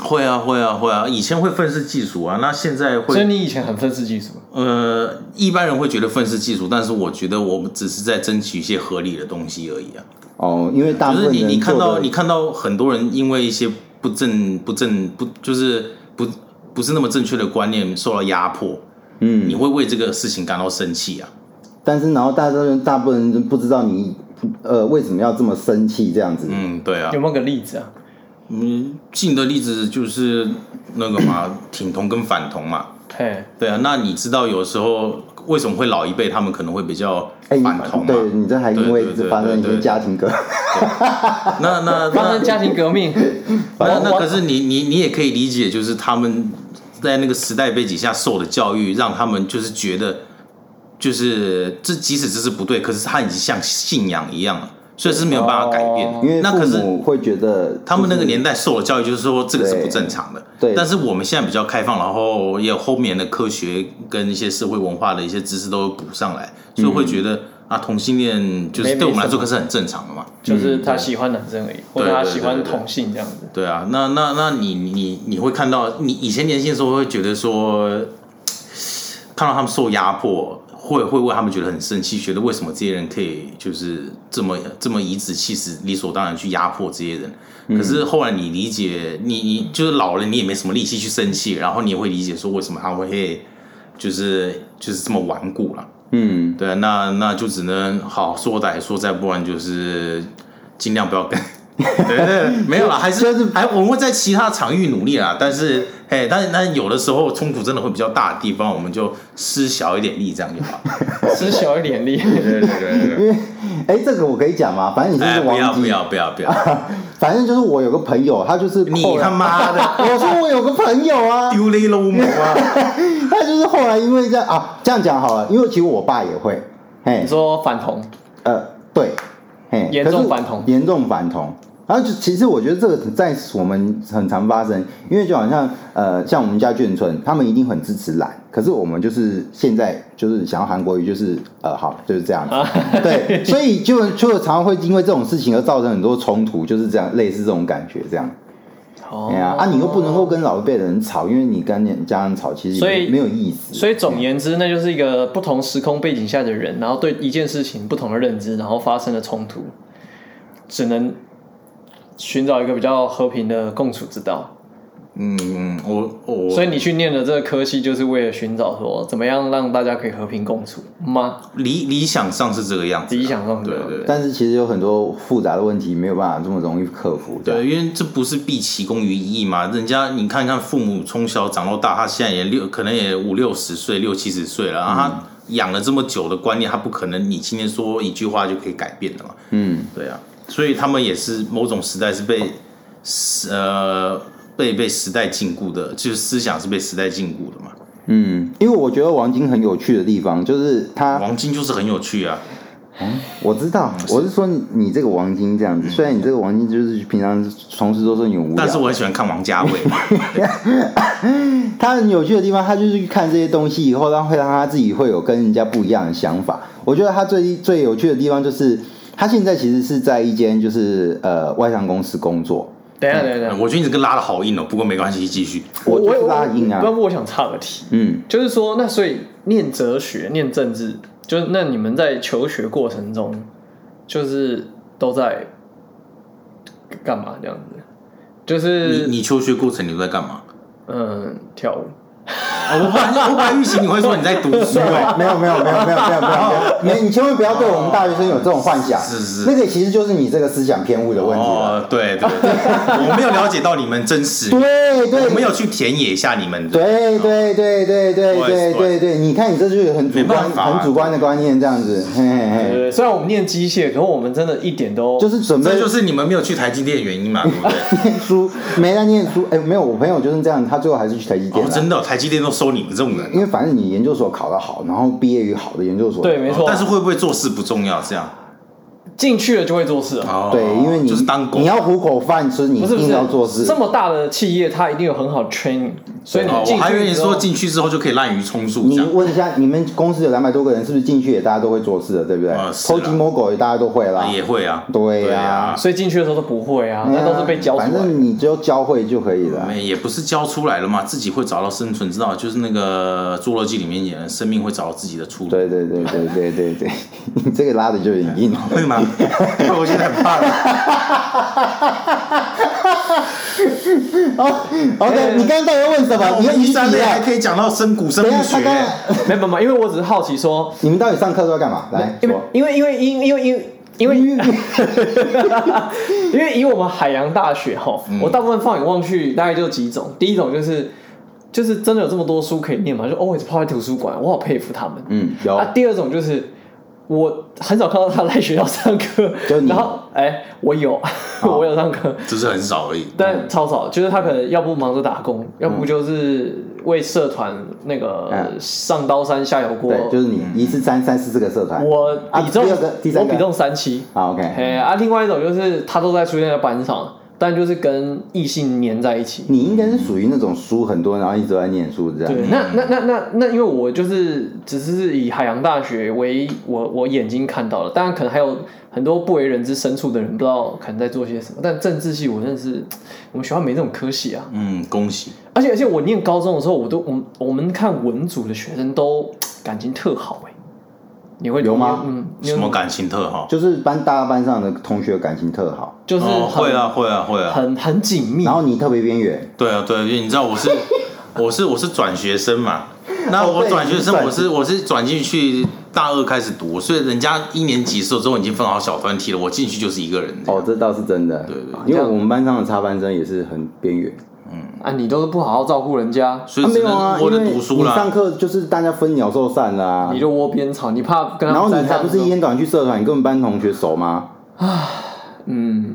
[SPEAKER 3] 会啊会啊会啊，以前会愤世嫉俗啊，那现在
[SPEAKER 1] 所以
[SPEAKER 3] 会
[SPEAKER 1] 你以前很愤世嫉俗，
[SPEAKER 3] 呃，一般人会觉得愤世嫉俗，但是我觉得我们只是在争取一些合理的东西而已啊。
[SPEAKER 2] 哦，因为大部
[SPEAKER 3] 就是
[SPEAKER 2] 分
[SPEAKER 3] 你
[SPEAKER 2] 人
[SPEAKER 3] 你看
[SPEAKER 2] 做
[SPEAKER 3] 到
[SPEAKER 2] 的
[SPEAKER 3] 你看到很多人因为一些不正不正不就是不不是那么正确的观念受到压迫，
[SPEAKER 2] 嗯
[SPEAKER 3] 你，会为这个事情感到生气啊。
[SPEAKER 2] 但是然后大家大部分人不知道你呃为什么要这么生气这样子，
[SPEAKER 3] 嗯，对啊
[SPEAKER 1] 有，没有个例子啊？
[SPEAKER 3] 嗯，近的例子就是那个嘛，挺同跟反同嘛，
[SPEAKER 1] 嘿，
[SPEAKER 3] 对啊。那你知道有时候为什么会老一辈他们可能会比较
[SPEAKER 2] 哎，你
[SPEAKER 3] 反同嘛？
[SPEAKER 2] 对你这还因为
[SPEAKER 3] 对对对
[SPEAKER 2] 发生一
[SPEAKER 3] 对哦
[SPEAKER 2] 些
[SPEAKER 3] 对
[SPEAKER 2] 家庭革，
[SPEAKER 3] 那
[SPEAKER 2] [laughs]
[SPEAKER 3] 那
[SPEAKER 1] 发
[SPEAKER 3] 那
[SPEAKER 1] 生家庭革
[SPEAKER 3] [laughs]
[SPEAKER 1] 命，
[SPEAKER 3] 那
[SPEAKER 1] 我
[SPEAKER 3] 那
[SPEAKER 1] 我
[SPEAKER 3] 可是你你你也可以理解，就是他们在那个时代背景下受的教育，让他们就是觉得，就是这即使这是不对，可是他已经像信仰一样了，所以是没有办法改变。
[SPEAKER 1] 哦
[SPEAKER 2] 因为
[SPEAKER 3] 那
[SPEAKER 2] 父
[SPEAKER 3] 可是
[SPEAKER 2] 母会觉得
[SPEAKER 3] 他们那个
[SPEAKER 2] 就是
[SPEAKER 3] 年代受的教育就是说这个是不正常的，
[SPEAKER 2] 对对
[SPEAKER 3] 但是我们现在比较开放，然后也有后面的科学跟一些社会文化的一些知识都有补上来，所以会觉得、啊，同性恋就
[SPEAKER 1] 嗯
[SPEAKER 3] 是
[SPEAKER 1] 没
[SPEAKER 3] 对我们来
[SPEAKER 1] 没什
[SPEAKER 3] 说
[SPEAKER 1] 么
[SPEAKER 3] 可是很正常的嘛。
[SPEAKER 1] 就是他喜欢男生而已，或者他喜欢同性这样子。
[SPEAKER 3] 对啊，那那那你你你会看到，你以前年轻的时候会觉得说，看到他们受压迫，会会为他们觉得很生气，觉得为什么这些人可以就是这么这么颐指气使、理所当然去压迫这些人。可是后来你理解，你你就是老了，你也没什么力气去生气，然后你也会理解说为什么他会就是就是这么顽固了。
[SPEAKER 2] 嗯，
[SPEAKER 3] 对啊，那那就只能好说歹说，再不然就是尽量不要跟。 [laughs] 对对，没有啦，还是
[SPEAKER 2] 就是
[SPEAKER 3] 还我们会在其他场域努力啦。但是，哎，但是但有的时候冲突真的会比较大的地方，我们就施小一点力，这样就好。
[SPEAKER 1] 吃小一点力，
[SPEAKER 3] 对对对对，
[SPEAKER 2] 因为哎这个我可以讲吗？反正你就是
[SPEAKER 3] 哎，不要
[SPEAKER 2] 王
[SPEAKER 3] 不
[SPEAKER 2] 姬，
[SPEAKER 3] 要不要不要，
[SPEAKER 2] 反正就是我有个朋友，他就是后
[SPEAKER 3] 你
[SPEAKER 2] 来
[SPEAKER 3] 他妈的
[SPEAKER 2] 我说我有个朋友啊，
[SPEAKER 3] 丢雷喽母啊！
[SPEAKER 2] 他就是后来因为这样啊，这样讲好了，因为其实我爸也会，哎
[SPEAKER 1] 你，说反同，
[SPEAKER 2] 呃，对，嘿，
[SPEAKER 1] 严
[SPEAKER 2] 可是
[SPEAKER 1] 重反同
[SPEAKER 2] 严重反同。然后就其实我觉得这个在我们很常发生，因为就好像呃，像我们家眷村，他们一定很支持懒，可是我们就是现在就是想要韩国语，就是呃，好就是这样子，
[SPEAKER 1] 啊 [laughs]
[SPEAKER 2] 对，所以就就常常会因为这种事情而造成很多冲突，就是这样类似这种感觉这样。
[SPEAKER 1] 哦
[SPEAKER 2] 哎
[SPEAKER 3] 嗯
[SPEAKER 2] 呀、啊，你又不能够跟老一辈的人吵，因为你跟人家人吵其实
[SPEAKER 1] 所以
[SPEAKER 2] 没有意思。
[SPEAKER 1] 所以总言之，那就是一个不同时空背景下的人，然后对一件事情不同的认知，然后发生了冲突，只能寻找一个比较和平的共处之道。
[SPEAKER 3] 嗯，我我
[SPEAKER 1] 所以你去念的这个科系，就是为了寻找说怎么样让大家可以和平共处吗？
[SPEAKER 3] 理理想上是这个样子啊，
[SPEAKER 1] 理想上是
[SPEAKER 3] 对
[SPEAKER 1] 这样
[SPEAKER 3] 对
[SPEAKER 2] 但是其实有很多复杂的问题没有办法这么容易克服。这样
[SPEAKER 3] 对，因为这不是毕其功于一役嘛？人家你看看，父母从小长到大，他现在也六，可能也五六十岁、六七十岁了，然后他养了这么久的观念，他不可能你今天说一句话就可以改变的嘛？
[SPEAKER 2] 嗯，
[SPEAKER 3] 对啊，所以他们也是某种时代是被呃被被时代禁锢的，就是思想是被时代禁锢的嘛。
[SPEAKER 2] 嗯，因为我觉得王晶很有趣的地方就是他，
[SPEAKER 3] 王晶就是很有趣啊，
[SPEAKER 2] 我知道，我嗯是说你你这个王晶这样子，虽然你这个王晶就是平常从事都是很无聊，
[SPEAKER 3] 但是我很喜欢看王家卫，
[SPEAKER 2] 他很有趣的地方，他就是去看这些东西以后，让会让他自己会有跟人家不一样的想法。我觉得他最最有趣的地方就是，他现在其实是在一间就是呃外商公司工作。
[SPEAKER 1] 等一下，等一下，
[SPEAKER 3] 我觉得你这个拉的好硬哦。不过没关系，继续。
[SPEAKER 2] 我就是
[SPEAKER 1] 我
[SPEAKER 2] 拉音啊
[SPEAKER 1] 要不我想岔个题，
[SPEAKER 2] 嗯，
[SPEAKER 1] 就是说，那所以念哲学、念政治，就是那你们在求学过程中，就是都在干嘛这样子？就
[SPEAKER 3] 你
[SPEAKER 1] 是
[SPEAKER 3] 你求学过程你都在干嘛？
[SPEAKER 1] 嗯，跳舞。
[SPEAKER 3] 哦我本来我本来预期你会说你在读书
[SPEAKER 2] 没有
[SPEAKER 3] 哎，
[SPEAKER 2] 没有没有没有没有没有没有，没有你千万不要对我们大学生有这种幻想，
[SPEAKER 3] 是是
[SPEAKER 2] 那个其实就是你这个思想偏误的问题啊了。
[SPEAKER 3] 哦，对对对，我没有了解到你们真实，
[SPEAKER 2] 对对
[SPEAKER 3] 我没有去田野一下你们的。
[SPEAKER 2] 对对对对对
[SPEAKER 3] 哦不好意思
[SPEAKER 2] 对
[SPEAKER 3] 不好意
[SPEAKER 2] 对
[SPEAKER 3] 思
[SPEAKER 2] 对，你看你这就是很主
[SPEAKER 3] 没办
[SPEAKER 2] 观
[SPEAKER 3] 法
[SPEAKER 2] 很主观的观念这样子，嘿嘿嘿，
[SPEAKER 1] 呃，虽然我们念机械，可是我们真的一点都
[SPEAKER 2] 就是准备
[SPEAKER 3] 这就是你们没有去台积电的原因嘛，对不对？
[SPEAKER 2] 念书没在念书，哎、没有，我朋友就是这样，他最后还是去台积电
[SPEAKER 3] 哦，
[SPEAKER 2] 了、
[SPEAKER 3] 真的哦、台积电都收你们这种人
[SPEAKER 2] 因为反正你研究所考得好，然后毕业于好的研究所，
[SPEAKER 1] 对，没
[SPEAKER 3] 哦
[SPEAKER 1] 错。
[SPEAKER 3] 但是会不会做事不重要，这样
[SPEAKER 1] 进去了就会做事啊，
[SPEAKER 3] 哦，
[SPEAKER 2] 对，因为你
[SPEAKER 3] 就是当狗
[SPEAKER 2] 你要糊口饭吃，你
[SPEAKER 1] 不
[SPEAKER 2] 一
[SPEAKER 1] 是不
[SPEAKER 2] 定
[SPEAKER 1] 是
[SPEAKER 2] 要做事
[SPEAKER 1] 这。么大的企业，它一定有很好的 training，所以你
[SPEAKER 3] 哦，
[SPEAKER 1] 进去
[SPEAKER 3] 我还以为你
[SPEAKER 1] 之后
[SPEAKER 3] 说进去之后就可以滥竽充数这
[SPEAKER 2] 你
[SPEAKER 3] 样。
[SPEAKER 2] 问一下，你们公司有两百多个人，是不是进去也大家都会做事的，对不对？
[SPEAKER 3] 啊是
[SPEAKER 2] 偷
[SPEAKER 3] 啦
[SPEAKER 2] 鸡摸狗也大家都会啦。
[SPEAKER 3] 也会啊，
[SPEAKER 2] 对呀
[SPEAKER 3] 呀、
[SPEAKER 1] 所以进去的时候都不会啊，
[SPEAKER 2] 哎呀
[SPEAKER 1] 那都是被教出来
[SPEAKER 2] 反
[SPEAKER 1] 的。
[SPEAKER 2] 正你只有教会就可以了。
[SPEAKER 3] 没也不是教出来了嘛，自己会找到生存之道，就是那个《侏罗纪》里面演的，生命会找到自己的出路，
[SPEAKER 2] 对对对对对对对，你这个拉的就有点硬。
[SPEAKER 3] 会吗？我现在很怕了。
[SPEAKER 2] 哦，OK，你刚刚到底要问什么？
[SPEAKER 3] 我
[SPEAKER 2] 你要
[SPEAKER 3] 们
[SPEAKER 2] 你
[SPEAKER 3] 一三类还
[SPEAKER 2] 来。
[SPEAKER 3] 可以讲到生骨生
[SPEAKER 2] 等一
[SPEAKER 3] 物
[SPEAKER 2] 下，他
[SPEAKER 3] 学、
[SPEAKER 2] 刚刚
[SPEAKER 1] 没有没有没有，因为我只是好奇说，
[SPEAKER 2] 你们到底上课都要干嘛？来
[SPEAKER 1] 因为
[SPEAKER 2] 说。
[SPEAKER 1] 因为因为因因为因为
[SPEAKER 2] [laughs]
[SPEAKER 1] 因为因为以我们海洋大学哈，
[SPEAKER 2] 嗯
[SPEAKER 1] 我大部分放眼望去，大概就几种。第一种就是就是真的有这么多书可以念嘛，就哦 always 泡在图书馆，我好佩服他们。
[SPEAKER 2] 嗯，有。
[SPEAKER 1] 啊，第二种就是我很少看到他来学校上课
[SPEAKER 2] 就，你哦
[SPEAKER 1] 然后哎、我有 [laughs] 我有上课，
[SPEAKER 3] 只是很少而已。
[SPEAKER 2] 嗯
[SPEAKER 1] 但超少，就是他可能要不忙着打工，要不就是为社团那个
[SPEAKER 2] 嗯
[SPEAKER 1] 上刀山下油锅。
[SPEAKER 2] 对，就是你一次三三四这个社团。
[SPEAKER 1] 我
[SPEAKER 2] 啊
[SPEAKER 1] 比重
[SPEAKER 2] 第二个第，
[SPEAKER 1] 我
[SPEAKER 2] 三个
[SPEAKER 1] 比重三七。
[SPEAKER 2] 啊，OK。
[SPEAKER 1] 嘿啊，另外一种就是他都在出现在班上，但就是跟异性黏在一起。
[SPEAKER 2] 你应该是属于那种书很多，然后一直都在念书这样。
[SPEAKER 1] 对，那那那那那，因为我就是只是以海洋大学为我我眼睛看到了，当然可能还有很多不为人知深处的人，不知道可能在做些什么。但政治系我真的是，我们学校没这种科系啊。
[SPEAKER 3] 嗯，恭喜。
[SPEAKER 1] 而且而且我念高中的时候，我都我们我们看文组的学生都感情特好哎、你会
[SPEAKER 2] 有吗
[SPEAKER 1] 嗯，你有
[SPEAKER 3] 什么感情特好？
[SPEAKER 2] 就是班大家班上的同学感情特好，
[SPEAKER 1] 就是很、
[SPEAKER 3] 哦、会啊，会啊，会啊。
[SPEAKER 1] 很很紧密
[SPEAKER 2] 然。后你特别边缘。
[SPEAKER 3] 对啊，对啊，因为你知道我是我是我是转学生嘛，那
[SPEAKER 2] 哦
[SPEAKER 3] 我
[SPEAKER 2] 对
[SPEAKER 3] 转学生
[SPEAKER 2] 你是
[SPEAKER 3] 我是我是转进去大二开始读，所以人家一年级的时候都已经分好小团体了，我进去就是一个人这样。
[SPEAKER 2] 哦，这倒是真的。对
[SPEAKER 3] 对
[SPEAKER 2] 因为我们班上的插班生也是很边缘。
[SPEAKER 1] 啊，你都是不好好照顾人家，
[SPEAKER 3] 所以
[SPEAKER 2] 啊没
[SPEAKER 3] 只
[SPEAKER 2] 有啊，
[SPEAKER 3] 能窝
[SPEAKER 2] 因
[SPEAKER 3] 着
[SPEAKER 2] 为
[SPEAKER 3] 读书
[SPEAKER 2] 你
[SPEAKER 3] 啦。
[SPEAKER 2] 上课就是大家分鸟兽散啦
[SPEAKER 1] 你。就窝边草，你怕跟他
[SPEAKER 2] 然后
[SPEAKER 1] 们
[SPEAKER 2] 你还不是一天到晚去社团，你跟我们班同学熟吗？嗯，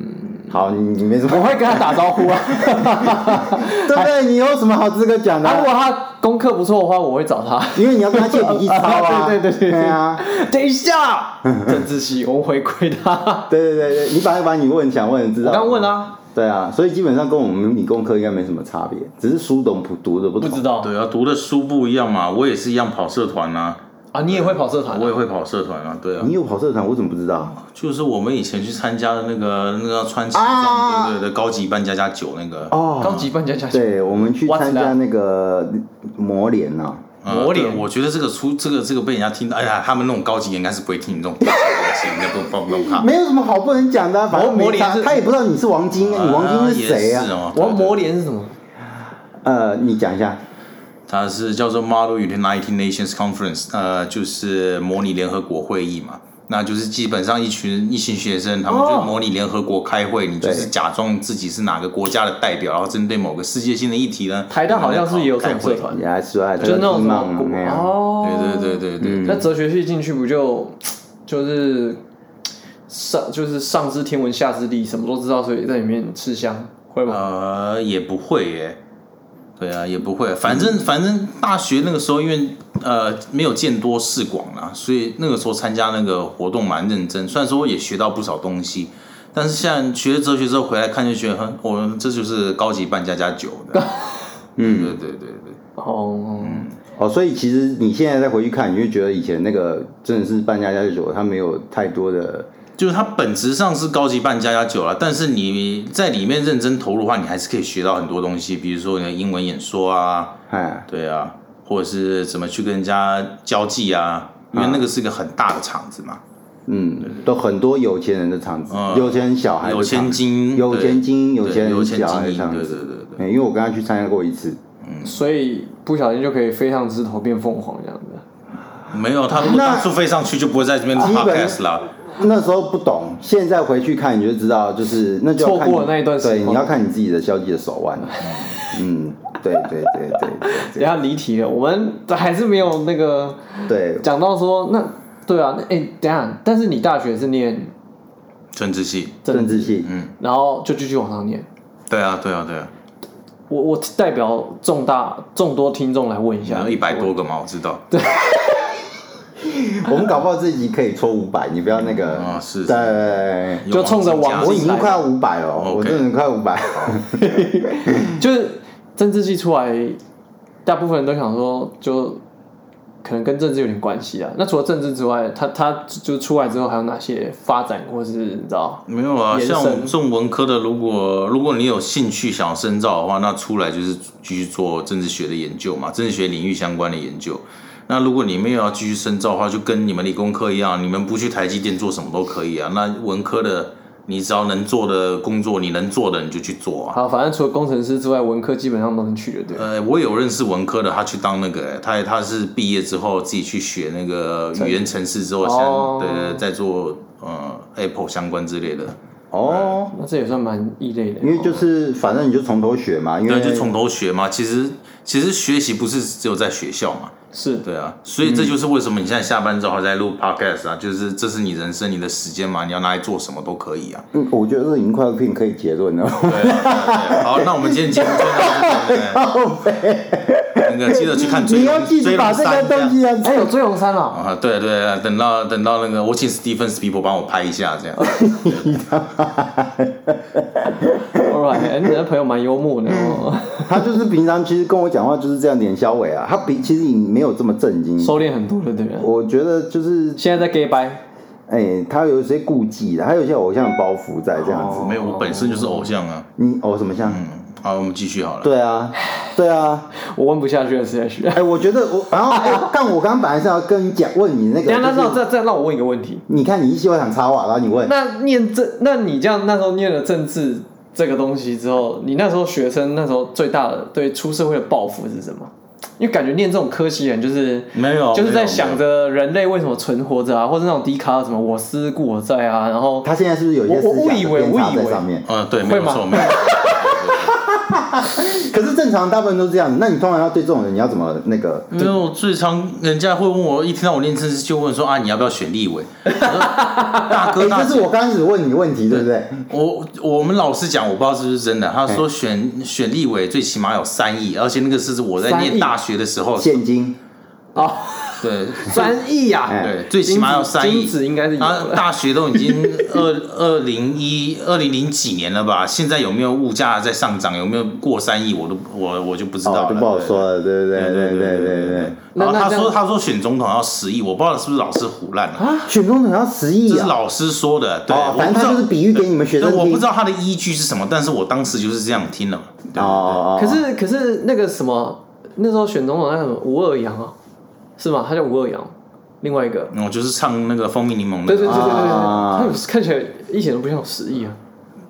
[SPEAKER 2] 好，你你没什
[SPEAKER 1] [laughs]
[SPEAKER 2] 么，
[SPEAKER 1] 我会跟他打招
[SPEAKER 2] [laughs]
[SPEAKER 1] 呼啊。
[SPEAKER 2] 对不 [laughs] 对？你有什么好资格讲的
[SPEAKER 1] 啊，如果
[SPEAKER 2] 啊？
[SPEAKER 1] 他功课不错的话，我会找他。
[SPEAKER 2] 因为你要跟他借笔记抄啊，
[SPEAKER 1] [laughs] 对对对对
[SPEAKER 2] 对啊，
[SPEAKER 1] 等一下，政治系，我们回归他。
[SPEAKER 2] 对对对对，你把把你问想问的知道，
[SPEAKER 1] 我刚问，啊，
[SPEAKER 2] 对啊，所以基本上跟我们理工科应该没什么差别，只是书懂不读的不
[SPEAKER 1] 不
[SPEAKER 2] 同。
[SPEAKER 1] 知道
[SPEAKER 3] 对啊，读的书不一样嘛，我也是一样跑社团啊，
[SPEAKER 1] 啊，你也会跑社团啊？
[SPEAKER 3] 我也会跑社团啊，对啊
[SPEAKER 2] 你，有跑社团，我怎么不知道？
[SPEAKER 3] 就是我们以前去参加的那个那个穿西
[SPEAKER 2] 啊
[SPEAKER 3] 装，对对对，高级班加加酒那个，
[SPEAKER 1] 高
[SPEAKER 2] 哦，
[SPEAKER 1] 级班加加
[SPEAKER 2] 对，我们去
[SPEAKER 1] What's
[SPEAKER 2] 参加那个模联啊呐，
[SPEAKER 3] 呃
[SPEAKER 1] 磨脸
[SPEAKER 3] 对我觉得这个出这个这个被人家听到，哎呀，他们那种高级应该是不会听你这种高级东西，应该不不不怕。
[SPEAKER 2] 没有什么好不能讲的啊，反正
[SPEAKER 1] 模模
[SPEAKER 2] 没
[SPEAKER 1] 哦联
[SPEAKER 2] 差
[SPEAKER 1] 是
[SPEAKER 2] 他也不知道你是王晶啊，你王晶是谁
[SPEAKER 3] 也是
[SPEAKER 2] 啊？
[SPEAKER 3] 哦
[SPEAKER 1] 我要
[SPEAKER 3] 对对
[SPEAKER 1] 磨脸是什么？
[SPEAKER 2] 呃，你讲一下，
[SPEAKER 3] 它是叫做 Model United Nations Conference，呃，就是模拟联合国会议嘛。那就是基本上一群一群学生，他们
[SPEAKER 1] 哦
[SPEAKER 3] 就是模拟联合国开会，你就是
[SPEAKER 2] 对
[SPEAKER 3] 假装自己是哪个国家的代表，然后针对某个世界性的议题呢。
[SPEAKER 1] 哦台大好像是也有这
[SPEAKER 3] 开
[SPEAKER 1] 种
[SPEAKER 3] 会
[SPEAKER 1] 社，团
[SPEAKER 2] 你，还说啊，
[SPEAKER 1] 就是那种什么
[SPEAKER 2] 那
[SPEAKER 1] 国
[SPEAKER 2] 样，
[SPEAKER 1] 哦，
[SPEAKER 3] 对对对对对。
[SPEAKER 1] 那哲学系进去不就就是上就是上知天文下知地，什么都知道，所以在里面吃香，会吗？
[SPEAKER 3] 啊呃，也不会耶。对啊，也不会。反正、反正大学那个时候，因为呃没有见多识广啦，所以那个时候参加那个活动蛮认真，虽然说也学到不少东西。但是现在学了哲学之后回来看，就觉得很，我们这就是高级半加加酒的，嗯，对对对对，
[SPEAKER 1] 哦，
[SPEAKER 2] 哦，所以其实你现在再回去看，你就觉得以前那个真的是半家家酒，它没有太多的
[SPEAKER 3] 就是它本质上是高级半加加酒啦，但是你在里面认真投入的话，你还是可以学到很多东西，比如说你的英文演说啊，
[SPEAKER 2] 哎，
[SPEAKER 3] 对啊，或者是怎么去跟人家交际啊，因为那个是一个很大的场子嘛，
[SPEAKER 2] 嗯，都很多有钱人的场子，
[SPEAKER 3] 嗯
[SPEAKER 2] 有钱人小孩的
[SPEAKER 3] 有
[SPEAKER 2] 场
[SPEAKER 3] 千
[SPEAKER 2] 子，
[SPEAKER 3] 金，
[SPEAKER 2] 有
[SPEAKER 3] 对
[SPEAKER 2] 钱精有
[SPEAKER 3] 对
[SPEAKER 2] 钱人
[SPEAKER 3] 有钱
[SPEAKER 2] 小孩
[SPEAKER 3] 精
[SPEAKER 2] 的
[SPEAKER 3] 英，
[SPEAKER 2] 场
[SPEAKER 3] 对对
[SPEAKER 2] 子
[SPEAKER 3] 对对。
[SPEAKER 2] 哎因为我跟他去参加过一次，
[SPEAKER 1] 所以不小心就可以飞上枝头变凤凰这样子。
[SPEAKER 3] 没有，他如果
[SPEAKER 2] 那
[SPEAKER 3] 当初飞上去就不会在这边录
[SPEAKER 2] 基本
[SPEAKER 3] podcast 啦。
[SPEAKER 2] 那时候不懂，现在回去看你就知道，就是那就要看
[SPEAKER 1] 错过了那一段时光
[SPEAKER 2] 对，你要看你自己的交际的手腕，嗯，对对对对
[SPEAKER 1] 等一下离题了，我们还是没有那个
[SPEAKER 2] 对对，
[SPEAKER 1] 讲到说那对啊，那哎、等一下，但是你大学是念
[SPEAKER 3] 政治系，
[SPEAKER 2] 政治系，
[SPEAKER 1] 然后就继续往上念。
[SPEAKER 3] 对啊，对啊，对啊，
[SPEAKER 1] 我我代表众大众多听众来问一
[SPEAKER 3] 然
[SPEAKER 1] 下
[SPEAKER 3] 后，一百多个嘛，我知道。
[SPEAKER 2] [laughs] 我们搞不好这一集可以抽五百，你不要那个
[SPEAKER 3] 啊是是
[SPEAKER 2] 对，
[SPEAKER 3] 有
[SPEAKER 1] 就冲着
[SPEAKER 3] 往
[SPEAKER 1] 王
[SPEAKER 2] 我
[SPEAKER 3] 进
[SPEAKER 2] 已经快要五百了，
[SPEAKER 3] OK
[SPEAKER 2] 我真的快五百。
[SPEAKER 1] 就是政治系出来，大部分人都想说，就可能跟政治有点关系啊。那除了政治之外，他他就出来之后还有哪些发展，或是你知道？
[SPEAKER 3] 没有啊，
[SPEAKER 1] 延
[SPEAKER 3] 像我
[SPEAKER 1] 伸
[SPEAKER 3] 们这种文科的，如果如果你有兴趣想要深造的话，那出来就是继续做政治学的研究嘛，政治学领域相关的研究。那如果你们要继续深造的话，就跟你们理工科一样，你们不去台积电做什么都可以啊。那文科的，你只要能做的工作，你能做的你就去做啊。
[SPEAKER 1] 好，反正除了工程师之外，文科基本上都能去的，对。
[SPEAKER 3] 呃，我有认识文科的，他去当那个、他他是毕业之后自己去学那个语言程式之后，
[SPEAKER 1] 哦
[SPEAKER 3] 像对对，对在做呃 Apple 相关之类的，
[SPEAKER 2] 哦，
[SPEAKER 1] 那这也算蛮异类的
[SPEAKER 2] 因。为就是反正你就从头学嘛，因为
[SPEAKER 3] 对，就从头学嘛。其实其实学习不是只有在学校嘛，
[SPEAKER 1] 是
[SPEAKER 3] 对啊，所以这就是为什么你现在下班之后还在录 podcast 啊，就是这是你人生你的时间嘛，你要拿来做什么都可以啊。
[SPEAKER 2] 嗯我觉得这已经快要可以可以结论了。
[SPEAKER 3] 对啊，对啊对啊 [laughs] 好，那我们今天节目就到这边，对那个记得去看
[SPEAKER 2] [laughs]
[SPEAKER 3] 追
[SPEAKER 2] 你
[SPEAKER 3] 龙，
[SPEAKER 2] 要记
[SPEAKER 3] 追
[SPEAKER 2] 得
[SPEAKER 3] 龙
[SPEAKER 2] 把这个
[SPEAKER 3] 三这样
[SPEAKER 2] 东西啊，
[SPEAKER 1] 还有追龙山啊，
[SPEAKER 3] 啊，对对对，等到等到那个，我请 Stephen Spiegel 帮我拍一下，这样。
[SPEAKER 1] Alright，哎你的朋友蛮幽默的哦，
[SPEAKER 2] 他就是平常其实跟我讲话就是这样脸消委啊，他比其实你没有这么震惊。
[SPEAKER 1] 收敛很多了，对不对？
[SPEAKER 2] 我觉得就是，
[SPEAKER 1] 现在在 gay 掰，
[SPEAKER 2] 哎、他有一些顾忌的，他有一些偶像包袱在这样子。
[SPEAKER 3] 没有，我本身就是偶像啊。
[SPEAKER 2] 你偶、什么像？
[SPEAKER 3] 哦嗯，好，我们继续好了。
[SPEAKER 2] 对啊，对啊。
[SPEAKER 1] 我问不下去了，实在是。
[SPEAKER 2] 哎、我觉得
[SPEAKER 3] [laughs]
[SPEAKER 2] 我，然后、哎但我刚刚本来是要跟你讲，问你那个，
[SPEAKER 1] 等一下，那
[SPEAKER 2] 就是
[SPEAKER 1] 让再再让我问一个问题，
[SPEAKER 2] 你看你一喜欢想插话，然后你问，
[SPEAKER 1] 那念政，那你这样那时候念了政治这个东西之后，你那时候学生那时候最大的对出社会的抱负是什么？因为感觉念这种科系人就是
[SPEAKER 3] 没有
[SPEAKER 1] 就是在
[SPEAKER 3] 没有
[SPEAKER 1] 想着人类为什么存活着啊，或者那种笛卡尔什么我思故我在啊，然后
[SPEAKER 2] 他现在是不是有一些
[SPEAKER 1] 我我
[SPEAKER 2] 思想
[SPEAKER 1] 我以
[SPEAKER 2] 的
[SPEAKER 1] 为
[SPEAKER 2] 偏
[SPEAKER 1] 我
[SPEAKER 2] 差
[SPEAKER 1] 以
[SPEAKER 2] 在
[SPEAKER 1] 为
[SPEAKER 2] 上面？
[SPEAKER 3] 嗯，对，没
[SPEAKER 1] 会
[SPEAKER 3] 有
[SPEAKER 1] 吗
[SPEAKER 3] 错，没有错。
[SPEAKER 2] 可是正常大部分都是这样子，那你通常要对这种人你要怎么那个？
[SPEAKER 3] 没有，最常人家会问我，一听到我练政治就问说啊，你要不要选立委？ [laughs] 我说大
[SPEAKER 2] 哎
[SPEAKER 3] 哥，大
[SPEAKER 2] 这是
[SPEAKER 3] 姐，
[SPEAKER 2] 我刚开始问你的问题，对不对？
[SPEAKER 3] 我我们老师讲，我不知道是不是真的。他
[SPEAKER 1] 哎
[SPEAKER 3] 说选选立委最起码有三亿，而且那个是我在
[SPEAKER 1] 三亿
[SPEAKER 3] 念大学的时候，
[SPEAKER 2] 现金
[SPEAKER 1] 啊
[SPEAKER 3] 对
[SPEAKER 1] 三亿 [laughs] 呀，
[SPEAKER 2] 哎
[SPEAKER 3] 对，最起码要三亿
[SPEAKER 1] 金。子应该是有
[SPEAKER 3] 啊，
[SPEAKER 1] 了，
[SPEAKER 3] 大学都已
[SPEAKER 1] [laughs]
[SPEAKER 3] 经二二零一二零零几年了吧？现在有没有物价在上涨？有没有过三亿？我都我我就不知道
[SPEAKER 2] 哦，
[SPEAKER 3] 了，
[SPEAKER 2] 就不好说了，对不对？
[SPEAKER 3] 对。
[SPEAKER 2] 对
[SPEAKER 3] 对
[SPEAKER 2] 对对
[SPEAKER 3] 对对
[SPEAKER 2] 对
[SPEAKER 3] 对。
[SPEAKER 1] 那
[SPEAKER 3] 然后
[SPEAKER 1] 那
[SPEAKER 3] 他
[SPEAKER 1] 这样
[SPEAKER 3] 说他说选总统要十亿，我不知道是不是老师胡乱啊了，
[SPEAKER 2] 啊选总统要十
[SPEAKER 3] 这
[SPEAKER 2] 亿
[SPEAKER 3] 是
[SPEAKER 2] 啊！
[SPEAKER 3] 老师说的。对，
[SPEAKER 2] 哦
[SPEAKER 3] 我，
[SPEAKER 2] 反
[SPEAKER 3] 不
[SPEAKER 2] 正
[SPEAKER 3] 知
[SPEAKER 2] 他
[SPEAKER 3] 道
[SPEAKER 2] 就是比喻给你们学
[SPEAKER 3] 对
[SPEAKER 2] 生
[SPEAKER 3] 我不
[SPEAKER 2] 听
[SPEAKER 3] 知。道他的依据是什么，但是我当时就是这样听了。
[SPEAKER 2] 哦哦哦，
[SPEAKER 1] 可是可是那个什么那时候选总统那个什么吴二阳啊，是吗？他叫吴二阳，另外一个。
[SPEAKER 3] 我就是唱那个蜂蜜柠檬
[SPEAKER 1] 对对
[SPEAKER 3] 的。
[SPEAKER 1] 对对对对，
[SPEAKER 2] 啊嗯
[SPEAKER 1] 他有看起来一点都不像有实意啊。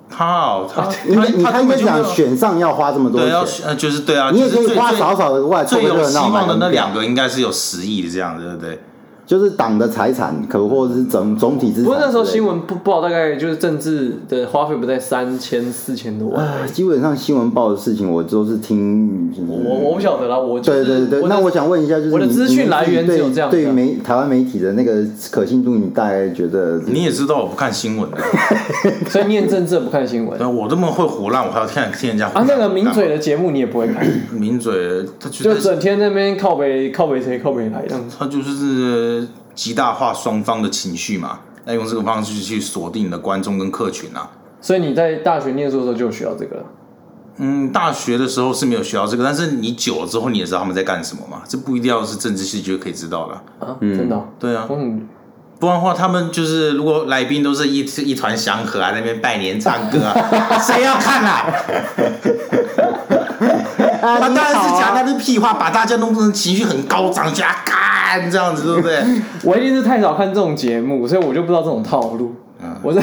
[SPEAKER 3] 他哦，他
[SPEAKER 2] 啊你
[SPEAKER 3] 他
[SPEAKER 2] 看你
[SPEAKER 3] 他
[SPEAKER 2] 看
[SPEAKER 3] 根
[SPEAKER 2] 你
[SPEAKER 3] 本就没
[SPEAKER 2] 讲
[SPEAKER 3] 有
[SPEAKER 2] 选上要花这么多
[SPEAKER 3] 对要
[SPEAKER 2] 钱，
[SPEAKER 3] 呃就是对啊，
[SPEAKER 2] 你也
[SPEAKER 3] 就
[SPEAKER 2] 可
[SPEAKER 3] 是
[SPEAKER 2] 以
[SPEAKER 3] 最
[SPEAKER 2] 花
[SPEAKER 3] 最
[SPEAKER 2] 少少的过来凑
[SPEAKER 3] 最
[SPEAKER 2] 个
[SPEAKER 3] 有
[SPEAKER 2] 热
[SPEAKER 3] 希
[SPEAKER 2] 闹嘛。
[SPEAKER 3] 望的那
[SPEAKER 2] 你不要
[SPEAKER 3] 两个应该是有十亿的这样子，对不对？
[SPEAKER 2] 就是党的财产可或者是总总体资产之类的。
[SPEAKER 1] 不过那时候新闻不报，大概就是政治的花费不在三千四千多万。
[SPEAKER 2] 啊，基本上新闻报的事情我都是听。
[SPEAKER 1] 我我不晓得啦，我就
[SPEAKER 2] 对
[SPEAKER 1] 是
[SPEAKER 2] 对对，那
[SPEAKER 1] [laughs]
[SPEAKER 2] 我想问一下，就是
[SPEAKER 1] 我的
[SPEAKER 2] 你
[SPEAKER 1] 资讯来源
[SPEAKER 2] 你自己
[SPEAKER 1] 只有这样
[SPEAKER 2] 对
[SPEAKER 1] 子
[SPEAKER 2] 对
[SPEAKER 1] 啊
[SPEAKER 2] 媒台湾媒体的那个可信度，你大概觉得？
[SPEAKER 3] 你也知道我不看
[SPEAKER 2] [laughs]
[SPEAKER 3] 新闻的，
[SPEAKER 1] 所以念政治不看新闻
[SPEAKER 3] 那我这么会胡乱，我还要听听人家胡
[SPEAKER 1] 啊。
[SPEAKER 3] 乱
[SPEAKER 1] 那个名
[SPEAKER 3] 干嘛
[SPEAKER 1] 嘴的节目你也不会
[SPEAKER 2] [laughs]
[SPEAKER 1] 看，
[SPEAKER 3] 抿嘴，他觉
[SPEAKER 1] 就
[SPEAKER 3] 得
[SPEAKER 1] 整天在那边靠北靠北谁靠北来这样子。
[SPEAKER 3] 他就是极大化双方的情绪嘛，那用这个方式去锁定你的观众跟客群啊。
[SPEAKER 1] 所以你在大学念书的时候就有学到这个了。
[SPEAKER 3] 嗯，大学的时候是没有学到这个，但是你久了之后你也知道他们在干什么嘛，这不一定要是政治系就可以知道了。
[SPEAKER 1] 啊，
[SPEAKER 2] 嗯
[SPEAKER 1] 真的哦、
[SPEAKER 3] 对啊，
[SPEAKER 1] 我很
[SPEAKER 3] 不然的话他们就是如果来宾都是一一团祥和啊，在那边拜年唱歌
[SPEAKER 2] [laughs]
[SPEAKER 3] 啊，谁要看啊？
[SPEAKER 2] 啊
[SPEAKER 3] 他当然是
[SPEAKER 2] 的。
[SPEAKER 3] 讲那堆屁话，把大家弄成情绪很高涨，加干这样子，对不对？
[SPEAKER 2] [laughs]
[SPEAKER 1] 我一定是太少看这种节目，所以我就不知道这种套路。
[SPEAKER 2] 嗯
[SPEAKER 1] 我在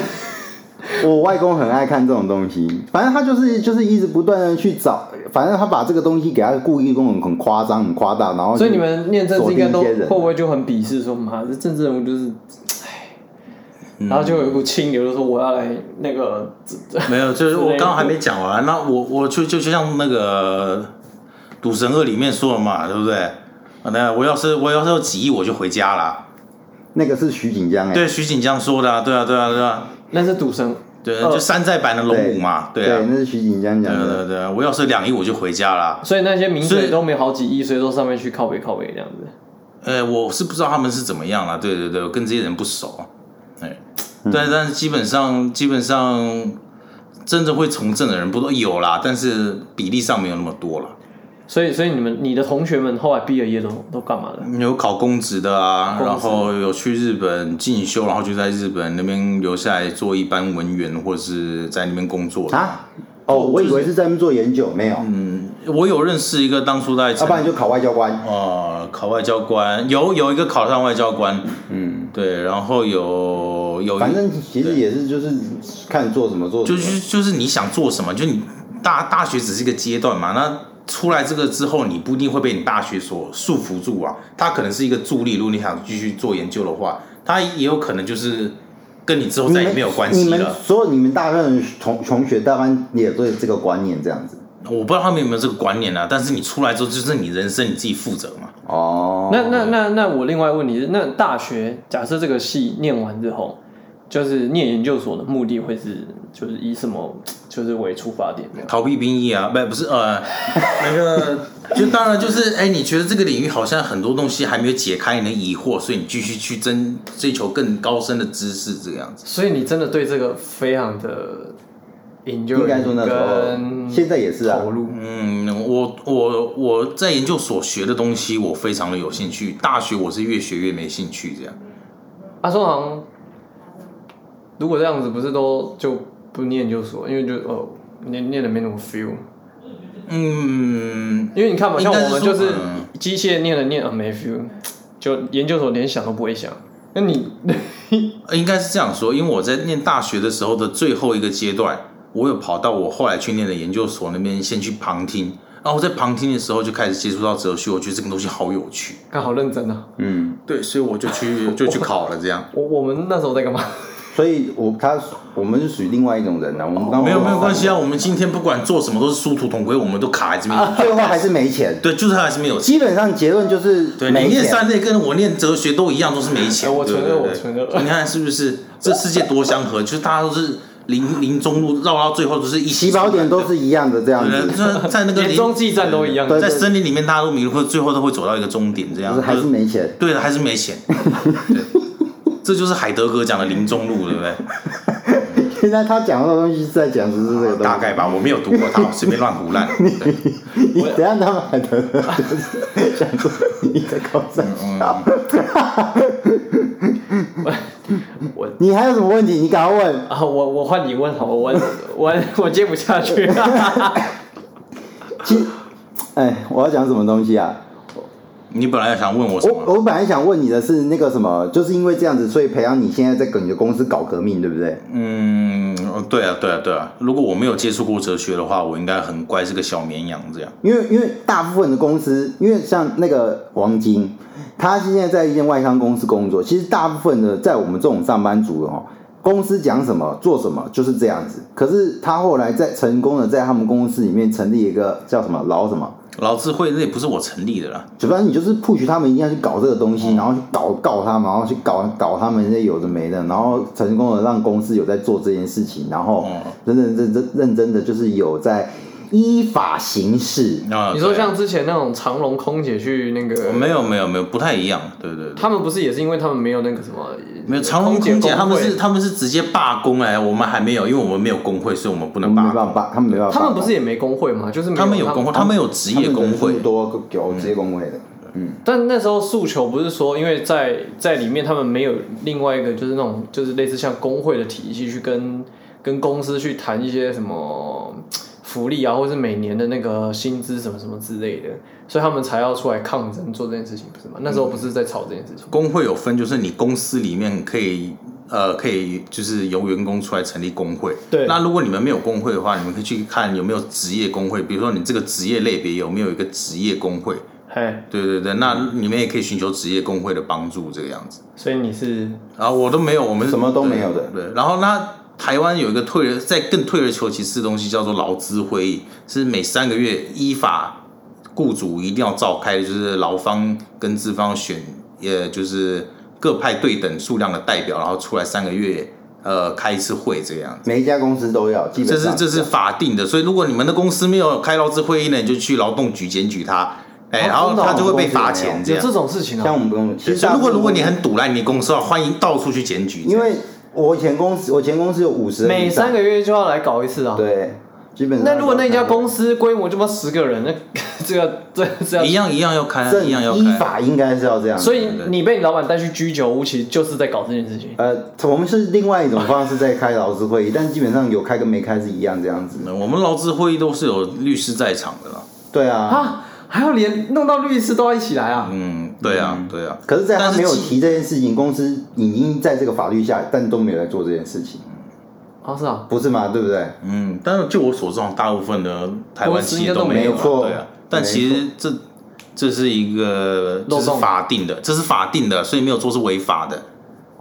[SPEAKER 2] 我外公很爱看这种东西，反正他就是就是一直不断的去找，反正他把这个东西给他故意弄得很夸张、很夸大，然后
[SPEAKER 1] 所以你们念政治应该都
[SPEAKER 2] 哦锁定一些
[SPEAKER 1] 会
[SPEAKER 2] 人啊
[SPEAKER 1] 不会就很鄙视说妈这政治人物就是，
[SPEAKER 2] 嗯
[SPEAKER 1] 唉，然后就有一股清流就说我要来那个，
[SPEAKER 3] 没有，就是
[SPEAKER 1] 之
[SPEAKER 3] 我
[SPEAKER 1] 类的
[SPEAKER 3] 刚刚还没讲完。啊那我我就就就像那个《赌神二》里面说的嘛，对不对？啊那我要是我要是有几亿，我就回家啦。
[SPEAKER 2] 那个是徐锦江哎、
[SPEAKER 3] 对，徐锦江说的、啊，对啊，对啊，对啊，
[SPEAKER 1] 那是赌神，
[SPEAKER 3] 对，啊
[SPEAKER 1] 呃
[SPEAKER 3] 就山寨版的龙武嘛，对啊，
[SPEAKER 2] 那是徐锦江
[SPEAKER 3] 对
[SPEAKER 2] 讲
[SPEAKER 3] 啊对
[SPEAKER 2] 的。
[SPEAKER 3] 啊对啊，我要是两亿，我就回家啦。
[SPEAKER 1] 所以那些名
[SPEAKER 3] 所
[SPEAKER 1] 嘴
[SPEAKER 3] 以
[SPEAKER 1] 都没好几亿，所以都上面去靠北靠北这样子。
[SPEAKER 3] 呃，我是不知道他们是怎么样啦，对对对，我跟这些人不熟，哎，但但是基本上基本上真正会从政的人不多，有啦，但是比例上没有那么多了。
[SPEAKER 1] 所以所以你们你的同学们后来毕了业都都干嘛了？
[SPEAKER 3] 有考公职的啊，
[SPEAKER 1] 公职
[SPEAKER 3] 然后有去日本进修，然后就在日本那边留下来做一般文员，或是在那边工作的。
[SPEAKER 2] 啊，哦，我以为是在那边做研究，没有，
[SPEAKER 3] 嗯
[SPEAKER 2] 要、
[SPEAKER 3] 我有认识一个当初在
[SPEAKER 2] 不然就考外交官。
[SPEAKER 3] 呃考外交官，有有一个考上外交官，嗯，对，然后有有一
[SPEAKER 2] 反正其实也是就是看做什么做什
[SPEAKER 3] 就
[SPEAKER 2] 么。
[SPEAKER 3] 是就是你想做什么，就你大大学只是一个阶段嘛，那出来这个之后，你不一定会被你大学所束缚住啊，它可能是一个助力。如果你想继续做研究的话，它也有可能就是跟你之后
[SPEAKER 2] 你
[SPEAKER 3] 再
[SPEAKER 2] 们
[SPEAKER 3] 也没有关系
[SPEAKER 2] 你们
[SPEAKER 3] 了。
[SPEAKER 2] 所有你们大部分同同学，大班也对这个观念这样子。
[SPEAKER 3] 我不知道他们有没有这个观念啊，但是你出来之后就是你人生你自己负责嘛。
[SPEAKER 2] 哦，
[SPEAKER 1] 那那那那我另外问你是，那大学假设这个系念完之后，就是念研究所的目的会是就是以什么就是为出发点呢？
[SPEAKER 3] 逃避兵役啊，不不是呃，那个就当然就是哎，你觉得这个领域好像很多东西还没有解开你的疑惑，所以你继续去争追求更高深的知识这个样子。
[SPEAKER 1] 所以你真的对这个非常的研究，
[SPEAKER 2] 应该说那时候，现在也是啊
[SPEAKER 1] 投。入。
[SPEAKER 3] 嗯，我我我在研究所学的东西，我非常的有兴趣。大学我是越学越没兴趣，这样。
[SPEAKER 1] 阿松行如果这样子，不是都就不念研究所，因为就哦念念的没那么 feel。
[SPEAKER 3] 嗯，
[SPEAKER 1] 因为你看嘛，
[SPEAKER 3] 应
[SPEAKER 1] 像
[SPEAKER 3] 该是
[SPEAKER 1] 我们就是
[SPEAKER 3] 说嗯
[SPEAKER 1] 机械念了念啊没 feel，就研究所连想都不会想。那你 [laughs]
[SPEAKER 3] 应该是这样说，因为我在念大学的时候的最后一个阶段，我有跑到我后来去念的研究所那边先去旁听，然后在旁听的时候就开始接触到哲学，我觉得这个东西好有趣。
[SPEAKER 1] 看好认真啊！
[SPEAKER 2] 嗯，
[SPEAKER 3] 对，所以我就去就去考了，这样。
[SPEAKER 1] 我我们那时候在干嘛？
[SPEAKER 2] 所以我他我们是属于另外一种人呢、啊。我们刚刚
[SPEAKER 3] [laughs] 哦没有没有关系啊，我们今天不管做什么都是殊途同归，我们都卡在这边。
[SPEAKER 2] [laughs] 最后还是没钱。
[SPEAKER 3] 对，就是还是没有钱。
[SPEAKER 2] 基本上结论就是
[SPEAKER 3] 对，你
[SPEAKER 2] 没
[SPEAKER 3] 念
[SPEAKER 2] 钱。
[SPEAKER 3] 三类跟我念哲学都一样，都是没钱。
[SPEAKER 1] 哎我
[SPEAKER 3] 对
[SPEAKER 1] 承认
[SPEAKER 3] 对
[SPEAKER 1] 我
[SPEAKER 3] 对
[SPEAKER 1] 承认
[SPEAKER 3] 你看是不是？这世界多祥和，就是大家都是林林中路绕到最后都是一起
[SPEAKER 2] 起
[SPEAKER 3] 出来的。
[SPEAKER 2] 跑点都是一样的这样
[SPEAKER 3] 对，
[SPEAKER 2] 子，
[SPEAKER 3] 这在那个
[SPEAKER 1] 连
[SPEAKER 3] 林
[SPEAKER 1] 中继站都一样。
[SPEAKER 2] 对
[SPEAKER 3] 在森林里面，大家都迷路，或者最后都会走到一个终点，这
[SPEAKER 2] 就
[SPEAKER 3] 样
[SPEAKER 2] 是还是
[SPEAKER 3] 就
[SPEAKER 2] 没钱。
[SPEAKER 3] 对的，还是没钱。对，这就是海德格讲的林中路，对不对？
[SPEAKER 2] [laughs] 现在他讲的东西是在讲的是这个东
[SPEAKER 3] 大
[SPEAKER 2] 西。
[SPEAKER 3] 概吧，我没有读过他，我随便乱
[SPEAKER 2] [laughs]
[SPEAKER 3] 胡乱。对
[SPEAKER 2] 你等一下他们还 [laughs] 得讲说你在搞什
[SPEAKER 3] 嗯
[SPEAKER 2] 么？
[SPEAKER 1] 我
[SPEAKER 2] [laughs] 你还有什么问题？你赶快问。
[SPEAKER 1] 啊，我我换你问好了，我我我接不下
[SPEAKER 2] [laughs]
[SPEAKER 1] 去了。
[SPEAKER 2] 其哎，我要讲什么东西啊？
[SPEAKER 3] 你本来想问我什么？
[SPEAKER 2] 我我本来想问你的是那个什么，就是因为这样子，所以培养你现在在跟你的公司搞革命，对不对？
[SPEAKER 3] 嗯，哦对啊，对啊，对啊。如果我没有接触过哲学的话，我应该很乖，是个小绵羊这样。
[SPEAKER 2] 因为因为大部分的公司，因为像那个王晶，他现在在一间外商公司工作，其实大部分的在我们这种上班族哦，公司讲什么做什么就是这样子。可是他后来在成功的在他们公司里面成立一个叫什么老什么，
[SPEAKER 3] 老智慧这也不是我成立的啦，
[SPEAKER 2] 就反正你就是 push 他们一定要去搞这个东
[SPEAKER 3] 嗯
[SPEAKER 2] 西，然后去搞告他们，然后去搞搞他们这些有的没的，然后成功的让公司有在做这件事情，然后
[SPEAKER 3] 嗯
[SPEAKER 2] 认认真真认真的就是有在依法行事。
[SPEAKER 3] 啊，
[SPEAKER 1] 你说
[SPEAKER 3] 对啊
[SPEAKER 1] 像之前那种长隆空姐去那个，
[SPEAKER 3] 没有没有没有不太一样，对对对。
[SPEAKER 1] 他们不是也是因为他们没有那个什么，
[SPEAKER 3] 没有长隆
[SPEAKER 1] 空
[SPEAKER 3] 空姐，
[SPEAKER 1] 工
[SPEAKER 3] 他们
[SPEAKER 1] 会
[SPEAKER 3] 是他们是直接罢工哎，我们还没有，因为我们没有工会，所以我们不
[SPEAKER 2] 他
[SPEAKER 3] 能
[SPEAKER 2] 们
[SPEAKER 3] 罢
[SPEAKER 2] 没
[SPEAKER 3] 工。
[SPEAKER 2] 办法，他们没办法，
[SPEAKER 1] 他们不是也没工会吗？就是没
[SPEAKER 3] 他们有工会，他们有职业工
[SPEAKER 2] 他们人
[SPEAKER 3] 会
[SPEAKER 2] 数，多个有职业工会的，嗯，
[SPEAKER 1] 但那时候诉求不是说，因为在在里面他们没有另外一个就是那种就是类似像工会的体系去跟跟公司去谈一些什么福利啊，或是每年的那个薪资什么什么之类的，所以他们才要出来抗争做这件事情，不是吗？那时候不是在吵这件事情，
[SPEAKER 3] 工会有分，就是你公司里面可以呃可以就是由员工出来成立工会。
[SPEAKER 1] 对
[SPEAKER 3] 那如果你们没有工会的话，你们可以去看有没有职业工会，比如说你这个职业类别有没有一个职业工会。
[SPEAKER 1] 嘿，
[SPEAKER 3] 对对对，那你们也可以寻求职业工会的帮助，这个样子。
[SPEAKER 1] 所以你是
[SPEAKER 3] 啊，我都没有，我们
[SPEAKER 2] 什么都没有的
[SPEAKER 3] 对，对然后那台湾有一个退而在更退而求其次的东西，叫做劳资会议，是每三个月依法雇主一定要召开，就是劳方跟资方选，也就是各派对等数量的代表，然后出来三个月呃开一次会这个样子。
[SPEAKER 2] 每一家公司都要，基
[SPEAKER 3] 这
[SPEAKER 2] 本
[SPEAKER 3] 是
[SPEAKER 2] 上
[SPEAKER 3] 这是法定的，所以如果你们的公司没有开劳资会议呢，你就去劳动局检举他，哎、
[SPEAKER 2] 哦
[SPEAKER 3] 然后
[SPEAKER 2] 真的哦
[SPEAKER 3] 他就会被罚
[SPEAKER 2] 我
[SPEAKER 3] 钱
[SPEAKER 2] 们
[SPEAKER 3] 这
[SPEAKER 1] 有
[SPEAKER 3] 样
[SPEAKER 1] 这。种事情
[SPEAKER 2] 像
[SPEAKER 1] 啊？
[SPEAKER 2] 我们公司，其
[SPEAKER 3] 对
[SPEAKER 2] 实
[SPEAKER 3] 所以
[SPEAKER 2] 大
[SPEAKER 3] 如
[SPEAKER 2] 部
[SPEAKER 3] 果
[SPEAKER 2] 分
[SPEAKER 3] 如果你很堵烂，你公司的话，欢迎到处去检举。
[SPEAKER 2] 因为我以前公司，我前公司有五十，
[SPEAKER 1] 每三个月就要来搞一次啊？
[SPEAKER 2] 对，基本上
[SPEAKER 1] 那如果那家公司规模就妈十个人，那 [laughs] 这个这这要
[SPEAKER 3] 一样一样要开啊，
[SPEAKER 2] 正
[SPEAKER 3] 一样要
[SPEAKER 2] 依
[SPEAKER 3] 开啊。
[SPEAKER 2] 法应该是要这样，
[SPEAKER 1] 所以你被你老板带去居酒屋，其实就是在搞这件事情。
[SPEAKER 2] 呃，我们是另外一种方式在开劳资会议，但基本上有开跟没开是一样这样子。
[SPEAKER 3] 啊我们劳资会议都是有律师在场的啦。
[SPEAKER 2] 对啊，
[SPEAKER 1] 啊，还要连弄到律师都要一起来啊？
[SPEAKER 3] 嗯，对啊，对啊。
[SPEAKER 2] 可是，在他
[SPEAKER 3] 但是
[SPEAKER 2] 没有
[SPEAKER 3] 基
[SPEAKER 2] 提这件事情，公司已经在这个法律下，但都没有来做这件事情，
[SPEAKER 1] 啊，是啊，
[SPEAKER 2] 不是吗？对不对？
[SPEAKER 3] 嗯，但是就我所知，好像大部分的台湾企业都没有
[SPEAKER 2] 公司应
[SPEAKER 3] 啊
[SPEAKER 2] 该都没有
[SPEAKER 3] 对啊，但
[SPEAKER 2] 没错
[SPEAKER 3] 其实这这是一个这
[SPEAKER 1] 漏
[SPEAKER 3] 是
[SPEAKER 1] 洞
[SPEAKER 3] 法定的，这是法定的，所以没有做是违法的。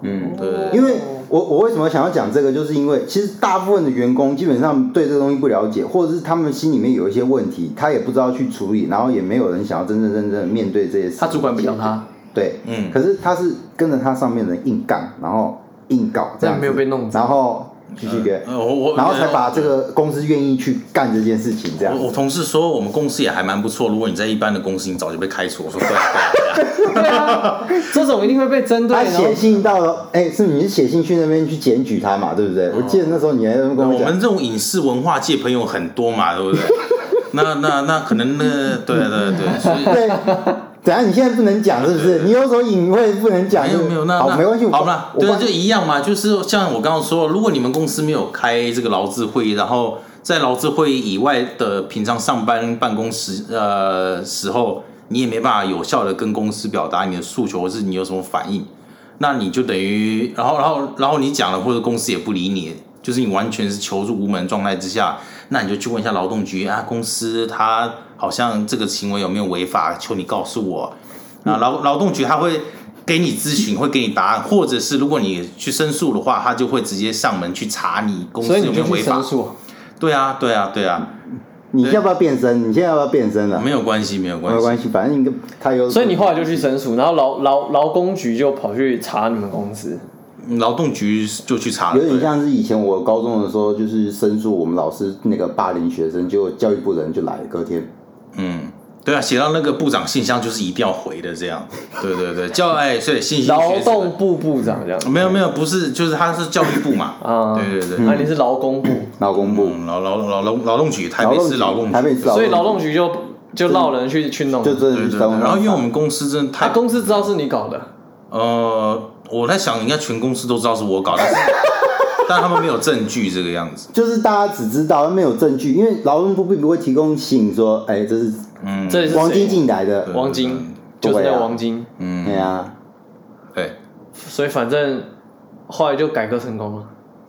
[SPEAKER 2] 嗯，
[SPEAKER 3] 对
[SPEAKER 1] 哦
[SPEAKER 2] 因为我我为什么想要讲这个，就是因为其实大部分的员工基本上对这个东西不了解，或者是他们心里面有一些问题，他也不知道去处理，然后也没有人想要真正认真的面对这些事。
[SPEAKER 1] 他主管不讲，他，
[SPEAKER 2] 对，
[SPEAKER 3] 嗯
[SPEAKER 2] 可是他是跟着他上面的人硬杠，然后硬搞这样
[SPEAKER 1] 但
[SPEAKER 2] 子，
[SPEAKER 1] 没有被弄走
[SPEAKER 2] 然后继续给，
[SPEAKER 3] 呃，我我
[SPEAKER 2] 然后才把这个公司愿意去干这件事情这样
[SPEAKER 3] 我
[SPEAKER 2] 子。
[SPEAKER 3] 我同事说我们公司也还蛮不错，如果你在一般的公司，你早就被开除。我说对啊，对啊， [laughs] 对啊。
[SPEAKER 2] [laughs]
[SPEAKER 1] 对啊，这种一定会被针对。
[SPEAKER 2] 他
[SPEAKER 1] 然后
[SPEAKER 2] 写信到了，哎、是你是写信去那边去检举他嘛，对不对？我记得那时候你还在那边跟
[SPEAKER 3] 啊我
[SPEAKER 2] 讲，
[SPEAKER 3] 们这种影视文化界朋友很多嘛，对不对？那那那可能那对啊对对，所以
[SPEAKER 2] 对，等下你现在不能讲是不是？你有所隐晦不能讲，
[SPEAKER 3] 没
[SPEAKER 2] 是
[SPEAKER 3] 有
[SPEAKER 2] 不是
[SPEAKER 3] 没有，那
[SPEAKER 2] 好
[SPEAKER 3] 那
[SPEAKER 2] 没关系，我
[SPEAKER 3] 好啦，
[SPEAKER 2] 我
[SPEAKER 3] 对，
[SPEAKER 2] 帮
[SPEAKER 3] 就
[SPEAKER 2] 你
[SPEAKER 3] 一样嘛，就是像我刚刚说，如果你们公司没有开这个劳资会议，然后在劳资会议以外的平常上班办公时呃时候，你也没办法有效的跟公司表达你的诉求，或是你有什么反应，那你就等于，然后然后然后你讲了，或者公司也不理你，就是你完全是求助无门状态之下，那你就去问一下劳动局啊，公司他好像这个行为有没有违法，求你告诉我。啊，劳劳动局他会给你咨询，会给你答案，或者是如果你去申诉的话，他就会直接上门去查你公
[SPEAKER 1] 所
[SPEAKER 3] 司
[SPEAKER 1] 以
[SPEAKER 3] 有
[SPEAKER 1] 你
[SPEAKER 3] 没
[SPEAKER 1] 就
[SPEAKER 3] 有
[SPEAKER 1] 去
[SPEAKER 3] 违法
[SPEAKER 1] 申。诉。
[SPEAKER 3] 对啊，对啊，对啊，
[SPEAKER 2] 你要不要变身？你现在要不要变身了？
[SPEAKER 3] 没有关系，没有
[SPEAKER 2] 没
[SPEAKER 3] 关
[SPEAKER 2] 有
[SPEAKER 3] 系。
[SPEAKER 2] 关系，反正你他有，
[SPEAKER 1] 所以你后来就去申诉，然后劳劳劳工局就跑去查你们公司。
[SPEAKER 3] 劳动局就去查了。
[SPEAKER 2] 有点
[SPEAKER 3] 啊对
[SPEAKER 2] 像是以前我高中的时候，就是申诉我们老师那个霸凌学生，结果教育部的人就来了，隔天
[SPEAKER 3] 嗯，对啊，写到那个部长信箱就是一定要回的，这样。对对对， [laughs] 教哎，所以信息
[SPEAKER 1] 劳
[SPEAKER 3] 学
[SPEAKER 1] 动部部长这样，
[SPEAKER 3] 没有没有，不是，就是他是教育部嘛。
[SPEAKER 1] 啊
[SPEAKER 3] 对对对。
[SPEAKER 1] 啊，你是劳工部，
[SPEAKER 2] 劳工部、
[SPEAKER 3] 嗯，劳劳劳劳劳动局，台北市劳动局，
[SPEAKER 2] 台北市劳动局，
[SPEAKER 1] 所以劳动局就就
[SPEAKER 3] 嗯
[SPEAKER 1] 闹人去去弄。
[SPEAKER 2] 就真的
[SPEAKER 3] 对
[SPEAKER 2] 去
[SPEAKER 3] 对
[SPEAKER 2] 劳
[SPEAKER 3] 对。
[SPEAKER 2] 动局
[SPEAKER 3] 然后因为我们公司真的太
[SPEAKER 1] 他啊公司知道是你搞的，
[SPEAKER 3] 呃，我在想，应该全公司都知道是
[SPEAKER 1] [laughs]
[SPEAKER 3] 我搞，但是但他们没有证据这个样子。
[SPEAKER 2] 就是大家只知道没有证据，因为劳动部并不会提供信说，哎，这是
[SPEAKER 3] 嗯
[SPEAKER 1] 这里是谁
[SPEAKER 2] 王晶进来的，
[SPEAKER 1] 王晶，就是
[SPEAKER 2] 对
[SPEAKER 1] 那
[SPEAKER 2] 啊
[SPEAKER 1] 王晶，
[SPEAKER 3] 嗯
[SPEAKER 2] 哎呀，
[SPEAKER 3] 对，
[SPEAKER 1] 所以反正后来就改革成功了，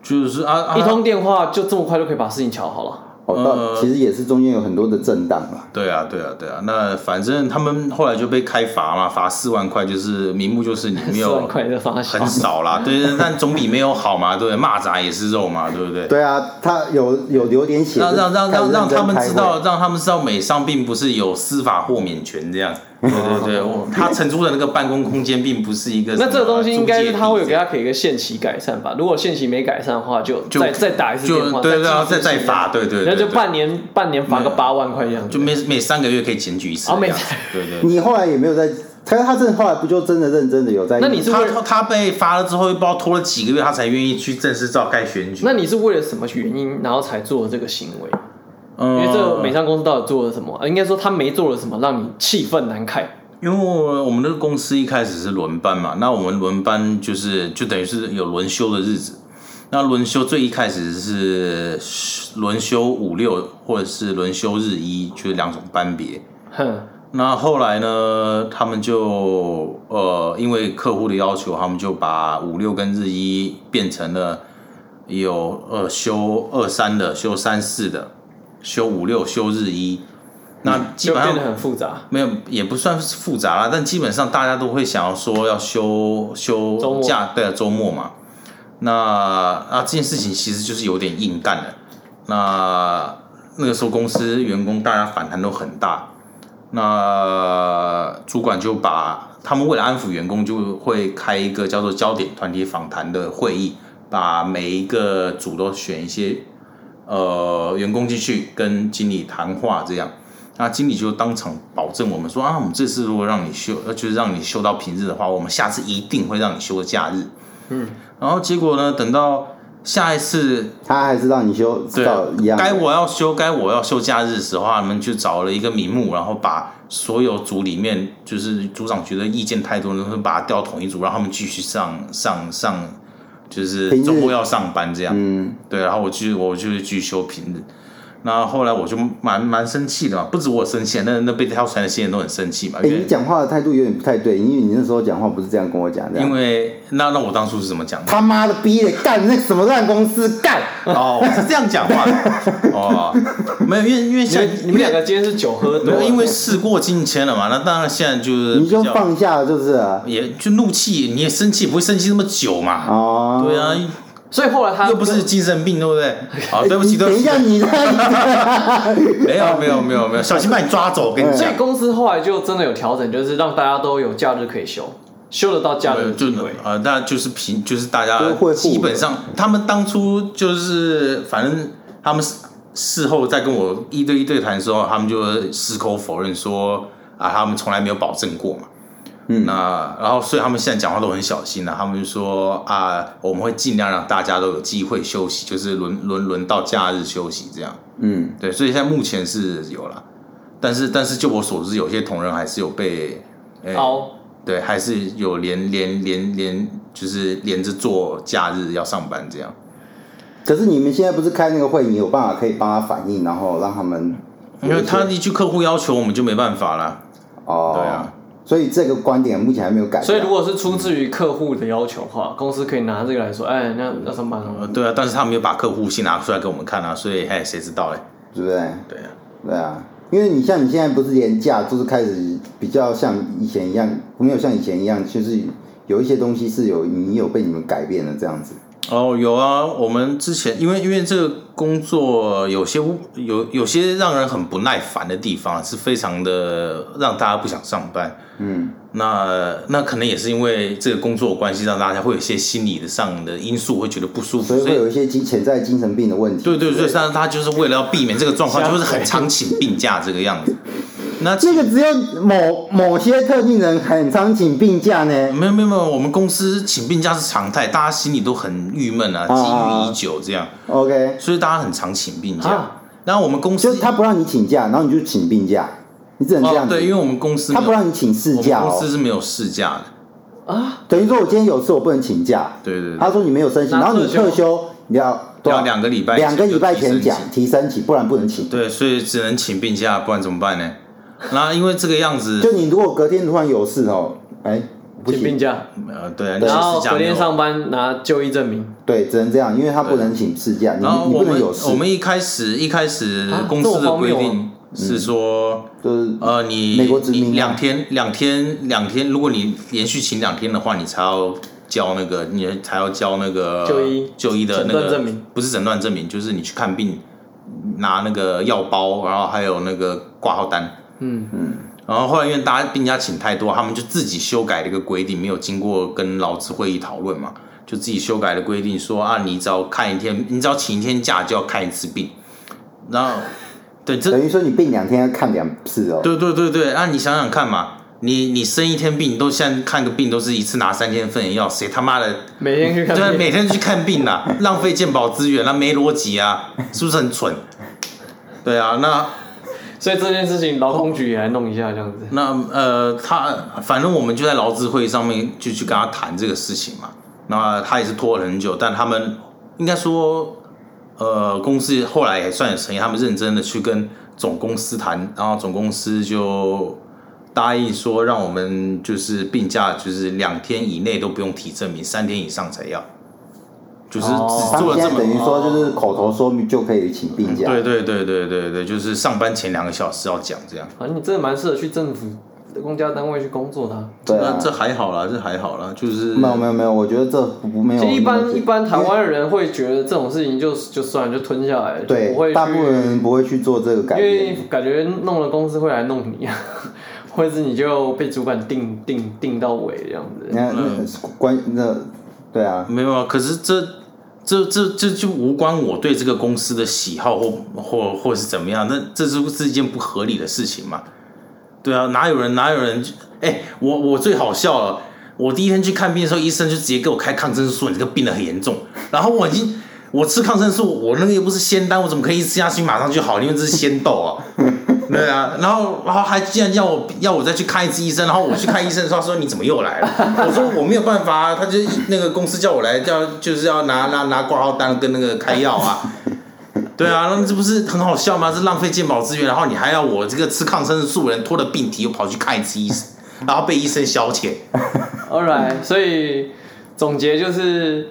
[SPEAKER 3] 就是啊啊，
[SPEAKER 1] 一通电话就这么快就可以把事情瞧好了。
[SPEAKER 2] 哦，
[SPEAKER 3] 呃
[SPEAKER 2] 到其实也是中间有很多的震荡啦。
[SPEAKER 3] 对啊，对啊，对啊。那反正他们后来就被开罚嘛，罚四万块，就是名目就是你没
[SPEAKER 1] [laughs] 四万
[SPEAKER 3] 有
[SPEAKER 1] 块的发小
[SPEAKER 3] 很，少
[SPEAKER 1] [laughs]
[SPEAKER 3] 啦，对，对但总比没有好嘛，对不对？蚂蚱也是肉嘛，对不对？
[SPEAKER 2] 对啊，他有有流点血，
[SPEAKER 3] 让让让
[SPEAKER 2] 开始
[SPEAKER 3] 让
[SPEAKER 2] 认
[SPEAKER 3] 让
[SPEAKER 2] 真
[SPEAKER 3] 他们
[SPEAKER 2] 开
[SPEAKER 3] 知
[SPEAKER 2] 会
[SPEAKER 3] 道，让他们知道美商并不是有司法豁免权这
[SPEAKER 1] 哦
[SPEAKER 3] 样。对对对，我他承租的那个办公空间并不是一个什么
[SPEAKER 1] 那这个东西应该是他会有给
[SPEAKER 3] 租借地
[SPEAKER 1] 他给一个限期改善吧？如果限期没改善的话，就
[SPEAKER 3] 就
[SPEAKER 1] 再再打一次
[SPEAKER 3] 就
[SPEAKER 1] 电话，
[SPEAKER 3] 对
[SPEAKER 1] 继续
[SPEAKER 3] 然后再
[SPEAKER 1] 执行
[SPEAKER 3] 再罚对对对
[SPEAKER 1] 然后就
[SPEAKER 3] 对
[SPEAKER 1] 半年半年罚个八万块这样
[SPEAKER 3] 这样，就
[SPEAKER 1] 子。
[SPEAKER 3] 每每三个月可以检举一次
[SPEAKER 1] 啊每
[SPEAKER 3] 这样子。对对。
[SPEAKER 2] 你后来也没有在，他他真的后来不就真的认真的有在？
[SPEAKER 1] 那你是
[SPEAKER 3] 他
[SPEAKER 1] 为
[SPEAKER 3] 他
[SPEAKER 1] 了
[SPEAKER 3] 他被罚了之后，不知道拖了几个月，他才愿意去正式召开选举。
[SPEAKER 1] 那你是为了什么原因，然后才做这个行为？因
[SPEAKER 3] 因
[SPEAKER 1] 为这个美商公司到底做了什么？呃应该说他没做了什么，让你气愤难看。
[SPEAKER 3] 因为我们那个公司一开始是轮班嘛，那我们轮班就是就等于是有轮休的日子。那轮休最一开始是轮休五六或者是轮休日一，就是两种班别。
[SPEAKER 1] 哼，
[SPEAKER 3] 那后来呢，他们就呃，因为客户的要求，他们就把五六跟日一变成了有呃休二三的、休三四的、休五六、休日一。那基
[SPEAKER 1] 嗯就
[SPEAKER 3] 本上
[SPEAKER 1] 变得很复杂。
[SPEAKER 3] 没有，也不算是复杂啦，但基本上大家都会想要说要休
[SPEAKER 1] 周
[SPEAKER 3] 休
[SPEAKER 1] 末
[SPEAKER 3] 假，对啊，周末嘛。那啊，这件事情其实就是有点硬干了。那那个时候公司员工大家反弹都很大，那主管就把他们为了安抚员工，就会开一个叫做焦点团体访谈的会议，把每一个组都选一些呃员工进去跟经理谈话这样。那经理就当场保证我们说啊，我们这次如果让你休，呃，就是让你休到平日的话，我们下次一定会让你休假日。
[SPEAKER 1] 嗯，
[SPEAKER 3] 然后结果呢，等到下一次
[SPEAKER 2] 他还是让你修
[SPEAKER 3] 对啊
[SPEAKER 2] 到一样的，
[SPEAKER 3] 该我要休，该我要休假日的时候，他们就找了一个名目，然后把所有组里面就是组长觉得意见太多，然后把他调统一组，让他们继续上上上，就是
[SPEAKER 2] 平日
[SPEAKER 3] 周末要上班这样。
[SPEAKER 2] 嗯，
[SPEAKER 3] 对，然后我就我就去休平日。那后来我就蛮蛮生气的嘛，不止我生气，那那被挑出来的新人都很生气嘛，
[SPEAKER 2] 哎、
[SPEAKER 3] 因
[SPEAKER 2] 你
[SPEAKER 3] 为
[SPEAKER 2] 讲话的态度有点不太对，因为你那时候讲话不是这样跟我讲的，
[SPEAKER 3] 因为那那我当初是怎么讲的？
[SPEAKER 2] [laughs] 他妈的逼的干那什么烂公司干，
[SPEAKER 3] 哦，我是这样讲话的哦，没有，因为因为
[SPEAKER 1] 你
[SPEAKER 3] 像
[SPEAKER 1] 们你们两个今天是酒喝
[SPEAKER 3] [laughs] 没
[SPEAKER 1] 多
[SPEAKER 3] 有，
[SPEAKER 1] 了，
[SPEAKER 3] 啊因为事过境迁了嘛，那当然现在就是
[SPEAKER 2] 你就
[SPEAKER 3] 比较
[SPEAKER 2] 放下就是了
[SPEAKER 3] 也就怒气，你也生气，不会生气那么久嘛。
[SPEAKER 2] 哦。
[SPEAKER 3] 对啊，
[SPEAKER 1] 所以后来他
[SPEAKER 3] 又不是精神病，对不对？好，
[SPEAKER 2] 哎
[SPEAKER 3] 对不起，
[SPEAKER 2] [laughs] 你
[SPEAKER 3] 对
[SPEAKER 2] 等
[SPEAKER 3] 不
[SPEAKER 2] 一
[SPEAKER 3] 起，
[SPEAKER 2] 下你
[SPEAKER 3] [laughs]
[SPEAKER 2] 在
[SPEAKER 3] 没有没有没有没有，小心把你抓走，我跟你
[SPEAKER 1] 所
[SPEAKER 3] 讲
[SPEAKER 1] 以。公司后来就真的有调整，就是让大家都有假日可以休，休得到假日的
[SPEAKER 3] 就
[SPEAKER 1] 机会。
[SPEAKER 3] 呃，那就是平，就是大家
[SPEAKER 2] 就是会互
[SPEAKER 3] 基本上，他们当初就是反正他们事事后在跟我一对一对谈的时候，他们就矢口否认说啊，他们从来没有保证过嘛。嗯，那然后所以他们现在讲话都很小心了、他们就说啊，我们会尽量让大家都有机会休息，就是轮轮轮到假日休息这样。
[SPEAKER 2] 嗯，
[SPEAKER 3] 对，所以现在目前是有了，但是但是就我所知，有些同仁还是有被。哎
[SPEAKER 1] 好，
[SPEAKER 3] 对，还是有连连连连，就是连着做假日要上班这样。
[SPEAKER 2] 可是你们现在不是开那个会，你有办法可以帮他反应，然后让他们
[SPEAKER 3] 因为他一句客户要求，我们就没办法啦。
[SPEAKER 2] 哦，
[SPEAKER 3] 对啊，
[SPEAKER 2] 所以这个观点目前还没有改变。啊
[SPEAKER 1] 所以如果是出自于客户的要求的话，公司可以拿这个来说，哎，那那上班
[SPEAKER 3] 呃，
[SPEAKER 1] 了。
[SPEAKER 3] 对啊，但是他没有把客户信拿出来给我们看啊，所以哎，谁知道嘞？
[SPEAKER 2] 对不对？
[SPEAKER 3] 对啊，
[SPEAKER 2] 对啊，因为你像你现在不是廉价，就是开始比较像以前一样，没有像以前一样，就是有一些东西是有你有被你们改变的这样子。
[SPEAKER 3] 哦，有啊，我们之前因为因为这个工作有些有有些让人很不耐烦的地方，是非常的让大家不想上班。
[SPEAKER 2] 嗯，
[SPEAKER 3] 那那可能也是因为这个工作的关系，让大家会有一些心理上的因素会觉得不舒服，
[SPEAKER 2] 所以
[SPEAKER 3] 所以
[SPEAKER 2] 会有一些精潜在精神病的问题。
[SPEAKER 3] 对对对，但是他就是为了要避免这个状况，
[SPEAKER 1] 吓
[SPEAKER 3] 就
[SPEAKER 1] 死
[SPEAKER 3] 是很常请病假这个样子。那
[SPEAKER 2] 这个只有某某些特定人很常请病假呢。
[SPEAKER 3] 没有没有没有，我们公司请病假是常态，大家心里都很郁闷啊，
[SPEAKER 2] 啊
[SPEAKER 3] 积郁已久这样，
[SPEAKER 2] OK，
[SPEAKER 3] 所以大家很常请病假
[SPEAKER 1] 啊。
[SPEAKER 3] 然后我们公
[SPEAKER 2] 就
[SPEAKER 3] 司
[SPEAKER 2] 是他不让你请假，然后你就请病假，你只能这
[SPEAKER 3] 哦
[SPEAKER 2] 样子。
[SPEAKER 3] 对，因为我们公司
[SPEAKER 2] 他不
[SPEAKER 3] 没有
[SPEAKER 2] 让你请事
[SPEAKER 3] 我
[SPEAKER 2] 假
[SPEAKER 3] 们公司
[SPEAKER 2] 哦，
[SPEAKER 3] 是没有事假的，
[SPEAKER 1] 啊，
[SPEAKER 2] 等于说我今天有事我不能请假。
[SPEAKER 3] 对对对，
[SPEAKER 2] 他说你没有申请，
[SPEAKER 1] 那
[SPEAKER 2] 然后你
[SPEAKER 1] 特休
[SPEAKER 2] 特休你要多
[SPEAKER 3] 要
[SPEAKER 2] 少
[SPEAKER 3] 两个礼拜
[SPEAKER 2] 两个礼拜前
[SPEAKER 3] 前就提
[SPEAKER 2] 讲
[SPEAKER 3] 申请
[SPEAKER 2] 提申请，不然不能请。
[SPEAKER 3] 对，所以只能请病假，不然怎么办呢？那因为这个样子，
[SPEAKER 2] 就你如果隔天突然有事哦，哎，不
[SPEAKER 1] 请
[SPEAKER 2] 行
[SPEAKER 1] 病，假，
[SPEAKER 3] 呃，对啊，你
[SPEAKER 1] 然
[SPEAKER 3] 请
[SPEAKER 1] 后
[SPEAKER 3] 事假
[SPEAKER 1] 隔
[SPEAKER 3] 没有
[SPEAKER 1] 天上班拿就医证明。
[SPEAKER 2] 对，只能这样，因为他不能请事假，你
[SPEAKER 3] 然后
[SPEAKER 2] 你
[SPEAKER 3] 我
[SPEAKER 2] 不能
[SPEAKER 3] 们
[SPEAKER 2] 有事
[SPEAKER 3] 我，们一开始一开始
[SPEAKER 1] 啊
[SPEAKER 3] 公
[SPEAKER 1] 这
[SPEAKER 3] 司
[SPEAKER 1] 么
[SPEAKER 3] 的
[SPEAKER 1] 荒
[SPEAKER 3] 规
[SPEAKER 1] 谬啊
[SPEAKER 3] 定是说，
[SPEAKER 2] 就是
[SPEAKER 3] 呃，你
[SPEAKER 2] 美国殖民啊
[SPEAKER 3] 你两天两天两天，如果你连续请两天的话，你才要交那个，你才要交那个
[SPEAKER 1] 就医
[SPEAKER 3] 就医的
[SPEAKER 1] 诊
[SPEAKER 3] 那
[SPEAKER 1] 断
[SPEAKER 3] 个
[SPEAKER 1] 证明，
[SPEAKER 3] 不是诊断证明，就是你去看病拿那个药包，然后还有那个挂号单。
[SPEAKER 1] 嗯
[SPEAKER 3] 嗯。然后后来因为大家病假请太多，他们就自己修改了一个规定，没有经过跟劳资会议讨论嘛，就自己修改了规定说啊，你只要看一天，你只要请一天假就要看一次病。然后，对，这
[SPEAKER 2] 等于说你病两天要看两次哦，
[SPEAKER 3] 对对对对，啊那、你想想看嘛，你你生一天病，都现在看个病都是一次拿三天份的药，谁他妈的
[SPEAKER 1] 每天去看
[SPEAKER 3] 对啊，每
[SPEAKER 1] 病，
[SPEAKER 3] 天去看病啦、浪费健保资源那、没逻辑啊，是不是很蠢？对啊，那
[SPEAKER 1] 所以这件事情劳工局也来弄一下这样子。
[SPEAKER 3] 那呃，他反正我们就在劳资会议上面就去跟他谈这个事情嘛。那他也是拖了很久，但他们应该说，呃，公司后来也算有诚意，他们认真的去跟总公司谈，然后总公司就答应说，让我们就是病假就是两天以内都不用提证明，三天以上才要，就是
[SPEAKER 1] 哦
[SPEAKER 3] 只
[SPEAKER 2] 他
[SPEAKER 3] 做
[SPEAKER 2] 们
[SPEAKER 3] 了
[SPEAKER 2] 现在
[SPEAKER 3] 这么
[SPEAKER 2] 等于说就是口头说明就可以请病假，
[SPEAKER 3] 对对对对对对，就是上班前两个小时要讲这样。
[SPEAKER 1] 反正你真的蛮适合去政府公家单位去工作的啊。
[SPEAKER 2] 对
[SPEAKER 3] 那
[SPEAKER 2] 啊，
[SPEAKER 3] 这还好啦，这还好啦，就是
[SPEAKER 2] 没有没有没有，我觉得这不不没有
[SPEAKER 1] 其实一
[SPEAKER 2] 那
[SPEAKER 1] 般
[SPEAKER 2] 个
[SPEAKER 1] 一般台湾人会觉得这种事情就就算了就吞下来，就不会去
[SPEAKER 2] 对，大部分人不会去做这个改
[SPEAKER 1] 因为
[SPEAKER 2] 变，
[SPEAKER 1] 感觉弄了公司会来弄你啊， [laughs] 或者是你就被主管定定定到尾这样
[SPEAKER 2] [laughs]
[SPEAKER 1] 子。
[SPEAKER 2] 那那关那对啊，
[SPEAKER 3] 没有啊，可是这这这这就无关我对这个公司的喜好或或或是怎么样，那这是是一件不合理的事情嘛？对啊，哪有人哪有人？哎，我我最好笑了，我第一天去看病的时候，医生就直接给我开抗生素，你这个病得很严重。然后我已经我吃抗生素，我那个又不是仙丹，我怎么可以一吃下去马上就好？因为这是仙豆啊。 [laughs] 对啊，然后然后还竟然要我要我再去看一次医生，然后我去看医生的时候，他说你怎么又来了？ [laughs] 我说我没有办法啊，他就那个公司叫我来，叫就是要拿拿拿挂号单跟那个开药啊。对啊，那这不是很好笑吗？这浪费健保资源，然后你还要我这个吃抗生素的人拖着病体又跑去看一次医生，然后被医生消遣。
[SPEAKER 1] All right，所以总结就是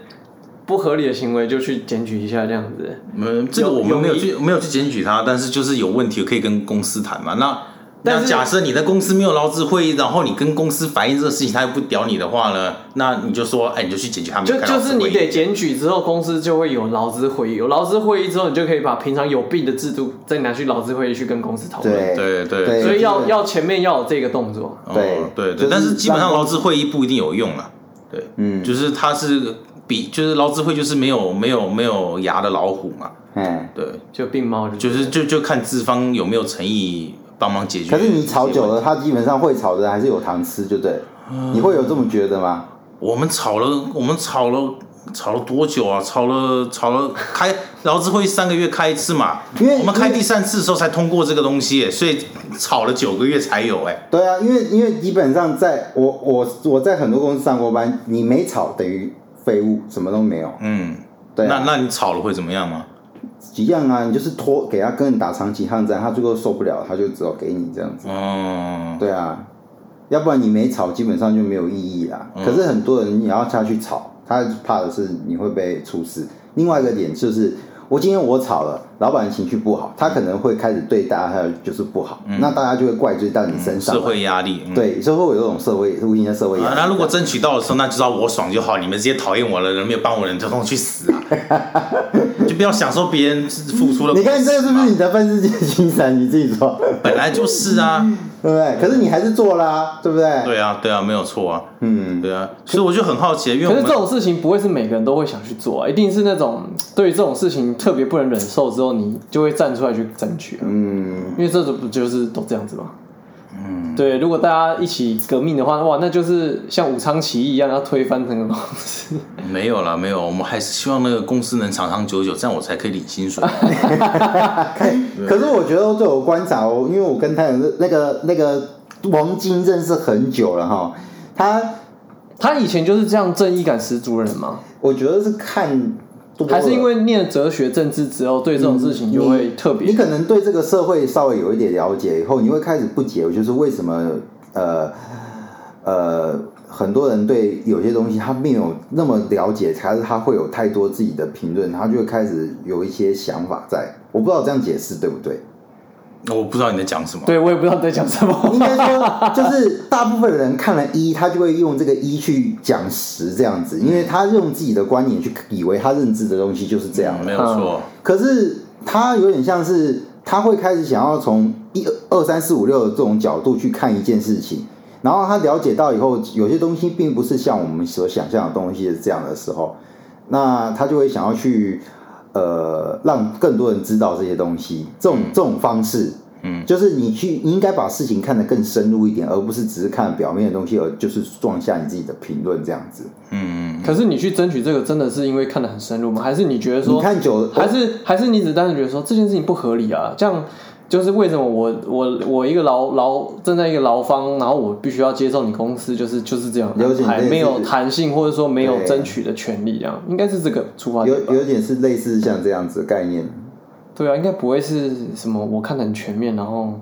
[SPEAKER 1] 不合理的行为就去检举一下这样子。
[SPEAKER 3] 嗯，这个
[SPEAKER 1] 有
[SPEAKER 3] 我们没有
[SPEAKER 1] 有
[SPEAKER 3] 去没有去检举他，但是就是有问题可以跟公司谈嘛。那
[SPEAKER 1] 但
[SPEAKER 3] 那
[SPEAKER 1] 是
[SPEAKER 3] 假设你在公司没有劳资会议，然后你跟公司反映这个事情，他又不屌你的话呢，那你就说，哎，你就去检举他们。
[SPEAKER 1] 就
[SPEAKER 3] 开劳
[SPEAKER 1] 就
[SPEAKER 3] 资
[SPEAKER 1] 是你
[SPEAKER 3] 会议
[SPEAKER 1] 得检举之后，公司就会有劳资会议，有劳资会议之后，你就可以把平常有病的制度再拿去劳资会议去跟公司讨论。
[SPEAKER 2] 对
[SPEAKER 3] 对对
[SPEAKER 2] 对，
[SPEAKER 1] 所以要
[SPEAKER 2] 这个
[SPEAKER 1] 要前面要有这个动作。
[SPEAKER 3] 哦
[SPEAKER 2] 对
[SPEAKER 3] 对
[SPEAKER 2] 就是
[SPEAKER 3] 对，但是基本上
[SPEAKER 2] 让
[SPEAKER 3] 劳资会议不一定有用了。对，
[SPEAKER 2] 嗯
[SPEAKER 3] 就是它是比就是劳资会就是没有没有没有牙的老虎嘛。
[SPEAKER 2] 哎，
[SPEAKER 3] 对，
[SPEAKER 1] 就病猫就
[SPEAKER 3] 就是就就看资方有没有诚意帮忙解决。
[SPEAKER 2] 可是你炒久，了，他基本上会炒的还是有糖吃，就对，
[SPEAKER 1] 嗯
[SPEAKER 2] 你会有这么觉得吗？
[SPEAKER 3] 我们吵了，我们吵了。吵了多久啊？吵了吵了，开劳资会三个月开一次嘛，
[SPEAKER 2] 因为
[SPEAKER 3] 我们开第三次的时候才通过这个东西耶，所以吵了九个月才有哎。
[SPEAKER 2] 对啊，因为因为基本上在我我我在很多公司上过班，你没炒等于废物，什么都没有，
[SPEAKER 3] 嗯，
[SPEAKER 2] 对
[SPEAKER 3] 那
[SPEAKER 2] 啊，
[SPEAKER 3] 那你吵了会怎么样吗？
[SPEAKER 2] 一样啊，你就是拖给他跟你打长期抗战，他最后受不了，他就只好给你这样子。
[SPEAKER 3] 哦，
[SPEAKER 2] 对啊，要不然你没吵，基本上就没有意义啦。
[SPEAKER 3] 嗯
[SPEAKER 2] 可是很多人你要下去吵，他怕的是你会被出事。另外一个点就是，我今天我吵了，老板情绪不好，他可能会开始对大家就是不好，那大家就会怪罪到你身上。
[SPEAKER 3] 嗯社会压力，嗯、
[SPEAKER 2] 对，所以会有这种社会无形的社会
[SPEAKER 3] 啊，
[SPEAKER 2] 啊压
[SPEAKER 3] 那
[SPEAKER 2] 力。
[SPEAKER 3] 如果争取到的时候，那就知道我爽就好，你们这些讨厌我的人没有帮我的人，通通去
[SPEAKER 2] [laughs]
[SPEAKER 3] 死啊！就不要享受别人付出的。
[SPEAKER 2] 你看这是不是？你的愤世嫉 [laughs] 精神？你自己说，
[SPEAKER 3] 本来就是啊，
[SPEAKER 2] 对不对？可是你还是做啦，对不对？
[SPEAKER 3] 对啊，对啊，没有错啊，
[SPEAKER 2] 嗯，
[SPEAKER 3] 对啊。所以我就很好奇，因
[SPEAKER 1] 可是
[SPEAKER 3] 为我们
[SPEAKER 1] 这种事情不会是每个人都会想去做、啊，一定是那种对于这种事情特别不能忍受之后，你就会站出来去争取、啊。
[SPEAKER 2] 嗯，
[SPEAKER 1] 因为这种不就是都这样子吗？嗯，对，如果大家一起革命的话，哇，那就是像武昌起义一样要推翻整个公司。
[SPEAKER 3] 没有了，没有，我们还是希望那个公司能长长久久，这样我才可以领
[SPEAKER 2] [laughs]
[SPEAKER 3] 薪水。
[SPEAKER 2] 可是我觉得对我观察哦，因为我跟他有那个那个王晶认识很久了哈，他
[SPEAKER 1] 他以前就是这样正义感十足的人嘛，
[SPEAKER 2] 我觉得是看多了
[SPEAKER 1] 还是因为念哲学、政治之后，对这种事情就会特别
[SPEAKER 2] 你可能对这个社会稍微有一点了解以后，你会开始不解，就是为什么呃呃，很多人对有些东西他没有那么了解，还是他会有太多自己的评论，他就会开始有一些想法在。我不知道这样解释对不对？
[SPEAKER 3] 我不知道你在讲什么。
[SPEAKER 1] 对我也不知道你在讲什么。
[SPEAKER 2] [laughs] 应该说，就是大部分人看了一，他就会用这个一去讲十这样子，因为他用自己的观点去以为他认知的东西就是这样
[SPEAKER 3] 嗯，。没有错。
[SPEAKER 2] 可是他有点像是他会开始想要从一二三四五六的这种角度去看一件事情，然后他了解到以后，有些东西并不是像我们所想象的东西是这样的时候，那他就会想要去呃让更多人知道这些东西，这种这种方式。
[SPEAKER 3] 嗯，
[SPEAKER 2] 就是你去，你应该把事情看得更深入一点，而不是只是看表面的东西，而就是撞下你自己的评论这样子。
[SPEAKER 3] 嗯，
[SPEAKER 1] 可是你去争取这个，真的是因为看得很深入吗？还是你觉得
[SPEAKER 2] 你
[SPEAKER 1] 说，
[SPEAKER 2] 看久了，
[SPEAKER 1] 还是还是你只单纯觉得说这件事情不合理啊？这样就是为什么我我我一个劳劳站在一个劳方，然后我必须要接受你公司就是就是这样
[SPEAKER 2] 了解，你
[SPEAKER 1] 还
[SPEAKER 2] 这个
[SPEAKER 1] 没有
[SPEAKER 2] 是
[SPEAKER 1] 弹性，或者说没有
[SPEAKER 2] 对
[SPEAKER 1] 争取的权利，这样应该是这个出发点吧
[SPEAKER 2] 有有点是类似像这样子的概念。
[SPEAKER 1] 对啊，应该不会是什么我看得很全面，然后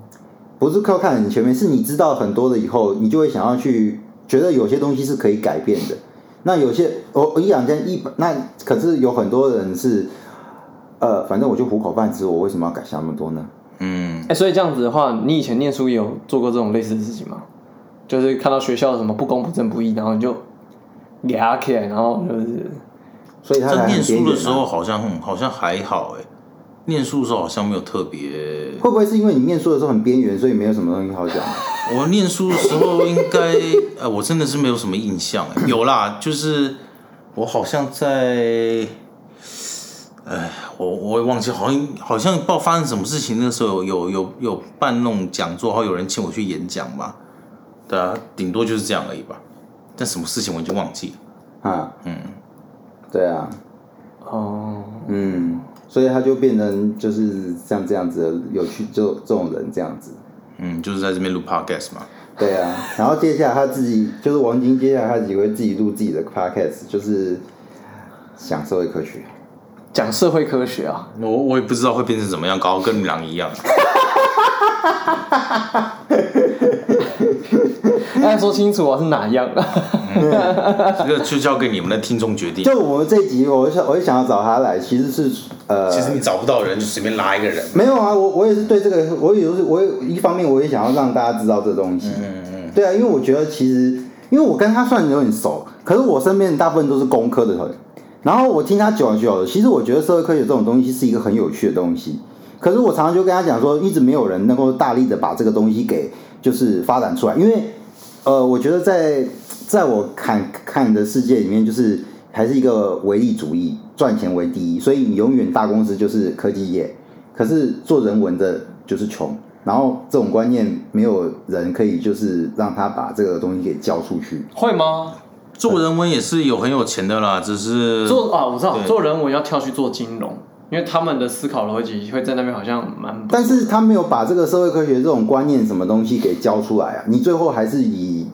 [SPEAKER 2] 不是靠看很前面，是你知道很多了以后，你就会想要去觉得有些东西是可以改变的。那有些我我一两件一百那可是有很多人是，呃，反正我就糊口饭吃，我为什么要改想那么多呢？
[SPEAKER 3] 嗯，
[SPEAKER 1] 哎、所以这样子的话，你以前念书也有做过这种类似的事情吗？就是看到学校有什么不公、不正、不义，然后你就俩起来，然后就是
[SPEAKER 2] 所以他才
[SPEAKER 3] 在
[SPEAKER 2] 很
[SPEAKER 3] 念书
[SPEAKER 2] 边缘
[SPEAKER 3] 的
[SPEAKER 2] 啊
[SPEAKER 3] 时候好像嗯好像还好哎，念书的时候好像没有特别。
[SPEAKER 2] 会不会是因为你念书的时候很边缘，所以没有什么东西
[SPEAKER 3] [laughs]
[SPEAKER 2] 好讲？
[SPEAKER 3] 我念书的时候应该，呃，我真的是没有什么印象哎。有啦，就是我好像在，哎，我我也忘记，好像好像不知道发生什么事情，那时候有有有有办那种讲座，然后有人请我去演讲吧。对啊，顶多就是这样而已吧。但什么事情我已经忘记了。
[SPEAKER 2] 啊，
[SPEAKER 3] 嗯，
[SPEAKER 2] 对啊，
[SPEAKER 1] 哦、
[SPEAKER 2] 嗯，所以他就变成就是像这样子的有趣，就这种人这样子。
[SPEAKER 3] 嗯，就是在这边录 podcast 嘛。
[SPEAKER 2] 对啊，然后接下来他自己就是王晶，接下来他自己会自己录自己的 podcast，就是享受一科学。
[SPEAKER 1] 讲社会科学啊， [laughs]
[SPEAKER 3] 我我也不知道会变成怎么样，搞得跟你们俩一样。 [laughs]
[SPEAKER 1] 大家说清楚啊，是哪样？
[SPEAKER 3] 这个就交给你们的听众决定。
[SPEAKER 2] 就我们这集，我想我也想要找他来，其实是呃，
[SPEAKER 3] 其实你找不到人，就随便拉一个人。
[SPEAKER 2] 没有啊，我我也是对这个，我也是我也一方面我也想要让大家知道这东西。嗯嗯。对啊，因为我觉得其实，因为我跟他算有点熟，可是我身边的大部分都是工科的人，然后我听他久了久了，其实我觉得社会科学这种东西是一个很有趣的东西。可是我常常就跟他讲说，一直没有人能够大力的把这个东西给就是发展出来，因为呃，我觉得在在我看看的世界里面，就是还是一个唯利主义，赚钱为第一，所以你永远大公司就是科技业，可是做人文的就是穷，然后这种观念没有人可以就是让他把这个东西给教出去。
[SPEAKER 1] 会吗？
[SPEAKER 3] 做人文也是有很有钱的啦，只是
[SPEAKER 1] 做啊，我知道，
[SPEAKER 3] 呃对
[SPEAKER 1] 做人文要跳去做金融，因为他们的思考逻辑会在那边好像蛮不，
[SPEAKER 2] 但是他没有把这个社会科学这种观念什么东西给教出来啊，你最后还是以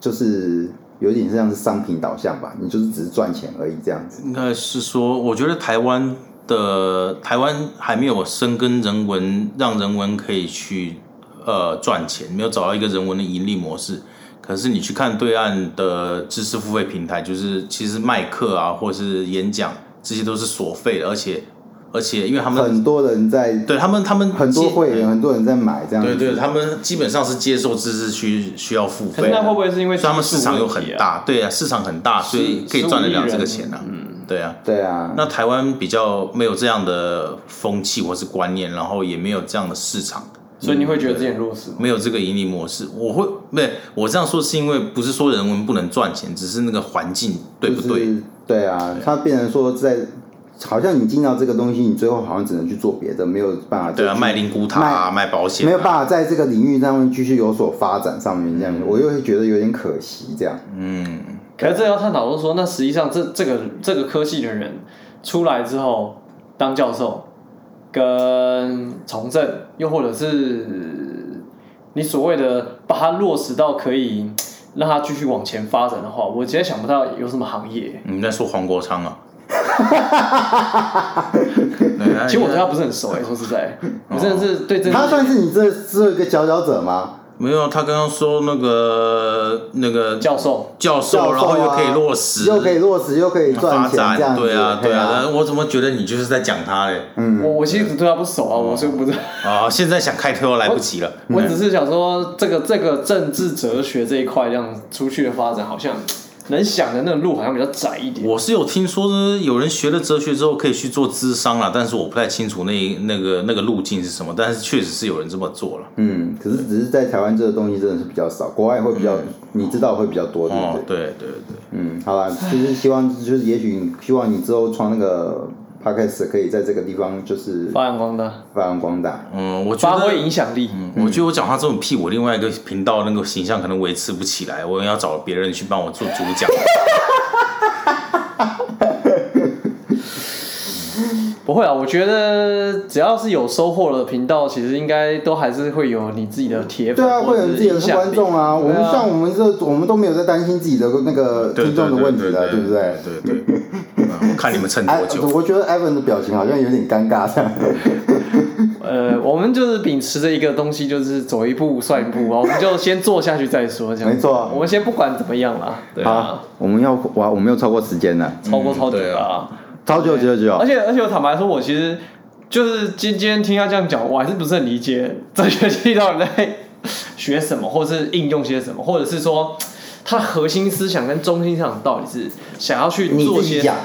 [SPEAKER 2] 就是有点像是商品导向吧，你就是只是赚钱而已这样子。
[SPEAKER 3] 应该是说，我觉得台湾的台湾还没有深耕人文，让人文可以去呃赚钱，没有找到一个人文的盈利模式。可是你去看对岸的知识付费平台，就是其实卖课啊，或是演讲，这些都是所费的，而且而且因为他们
[SPEAKER 2] 很多人在
[SPEAKER 3] 对他们他们
[SPEAKER 2] 很多
[SPEAKER 3] 接
[SPEAKER 2] 会员，很多人在买这样子。
[SPEAKER 3] 对对，他们基本上是接受知识需需要付
[SPEAKER 1] 可
[SPEAKER 3] 费
[SPEAKER 1] 是
[SPEAKER 3] 的，
[SPEAKER 1] 那会不会是因为
[SPEAKER 3] 啊所以他们
[SPEAKER 1] 技术
[SPEAKER 3] 市场又
[SPEAKER 1] 问题
[SPEAKER 3] 很
[SPEAKER 1] 啊？
[SPEAKER 3] 大，对啊，市场很大，所以可以赚得了这个钱啊，嗯，对啊。
[SPEAKER 2] 对啊，
[SPEAKER 3] 那台湾比较没有这样的风气或是观念，然后也没有这样的市场，
[SPEAKER 1] 所以你会觉得自己很弱势吗？
[SPEAKER 3] 没有这个盈利模式。我会不对，我这样说是因为不是说人文不能赚钱，只是那个环境对不
[SPEAKER 2] 就
[SPEAKER 3] 对？
[SPEAKER 2] 是对啊，他变成说在，好像你进到这个东西，你最后好像只能去做别的，没有办法。
[SPEAKER 3] 对啊，卖灵骨塔啊，卖保险啊，
[SPEAKER 2] 没有办法在这个领域上面继续有所发展上面这样，我又会觉得有点可惜这样。
[SPEAKER 3] 嗯，
[SPEAKER 1] 可是这要探讨就是说，那实际上这这个这个科系的人出来之后当教授，跟从政，又或者是你所谓的把它落实到可以
[SPEAKER 3] 哎
[SPEAKER 1] 让它继续往前发展的话，我其实想不到有什么行业。
[SPEAKER 3] 你在说黄国昌啊？对啊
[SPEAKER 1] 其实我对他不是很熟哎、说实在，
[SPEAKER 3] 哦
[SPEAKER 1] 我真的是对这
[SPEAKER 2] 他算是你这这个佼佼者吗？
[SPEAKER 3] 没有，啊他刚刚说那个那个
[SPEAKER 1] 教授，
[SPEAKER 3] 教授，
[SPEAKER 2] 教授啊
[SPEAKER 3] 然后又可以落实，
[SPEAKER 2] 又可以落实，又可以
[SPEAKER 3] 发
[SPEAKER 2] 赚钱，这
[SPEAKER 3] 展，
[SPEAKER 2] 样子。
[SPEAKER 3] 对啊，对啊。
[SPEAKER 2] 嘿
[SPEAKER 3] 但我怎么觉得你就是在讲他嘞？
[SPEAKER 2] 嗯
[SPEAKER 1] 我我其实对他不熟啊，我所以不知道。
[SPEAKER 3] 啊，现在想开推又来不及了。
[SPEAKER 2] 嗯
[SPEAKER 1] 我只是想说，这个这个政治哲学这一块，这样出去的发展，好像能想的那个路好像比较窄一点。
[SPEAKER 3] 我是有听说是有人学了哲学之后可以去做智商啦，但是我不太清楚那那个那个路径是什么，但是确实是有人这么做了。
[SPEAKER 2] 嗯，可是只是在台湾这个东西真的是比较少，国外会比较，你知道会比较多，对不对
[SPEAKER 3] 嗯哦？，对对对，
[SPEAKER 2] 嗯，好啦，就是希望，就是也许你希望你之后创那个 podcast 可以在这个地方就是
[SPEAKER 1] 发扬光大，
[SPEAKER 2] 发扬光大。
[SPEAKER 3] 嗯，我觉
[SPEAKER 1] 发
[SPEAKER 3] 得
[SPEAKER 1] 挥影响力。
[SPEAKER 2] 嗯
[SPEAKER 3] 我觉得我讲话这种屁，我另外一个频道那个形象可能维持不起来，我要找别人去帮我做主讲。
[SPEAKER 1] 不会啊，我觉得只要是有收获的频道，其实应该都还是会有你自己的铁粉，
[SPEAKER 2] 对啊，
[SPEAKER 1] 或
[SPEAKER 2] 会
[SPEAKER 1] 者
[SPEAKER 2] 有
[SPEAKER 1] 是
[SPEAKER 2] 自己的
[SPEAKER 1] 影响
[SPEAKER 2] 观
[SPEAKER 1] 力
[SPEAKER 2] 众啊，我们
[SPEAKER 1] 对啊
[SPEAKER 2] 像我们这，我们都没有在担心自己的那个
[SPEAKER 3] 对
[SPEAKER 2] 听众的问题了，对不对？
[SPEAKER 3] 对对对，嗯我看你们撑
[SPEAKER 2] 哎
[SPEAKER 3] 多，久。
[SPEAKER 2] 我觉得 Evan 的表情好像有点尴尬这样。
[SPEAKER 1] 啊呃，我们就是秉持着一个东西，就是走一步算一
[SPEAKER 2] [laughs]
[SPEAKER 1] 步啊，我们就先做下去再说，这样
[SPEAKER 2] 没错嗯
[SPEAKER 1] 我们先不管怎么样啦，对啊，
[SPEAKER 2] 好，我们要哇，我们又超过时间了，
[SPEAKER 1] 超过超级
[SPEAKER 3] 对啊
[SPEAKER 1] 啊，
[SPEAKER 2] 超久久久
[SPEAKER 1] 而。且而且我坦白说，我其实就是今今天听他这样讲，我还是不是很理解这学期到底在学什么，或是应用些什么，或者是说他的核心思想跟中心思想到底是想要去
[SPEAKER 2] 你
[SPEAKER 1] 做
[SPEAKER 2] 自
[SPEAKER 1] 些
[SPEAKER 2] 己
[SPEAKER 1] 什么
[SPEAKER 2] 讲，，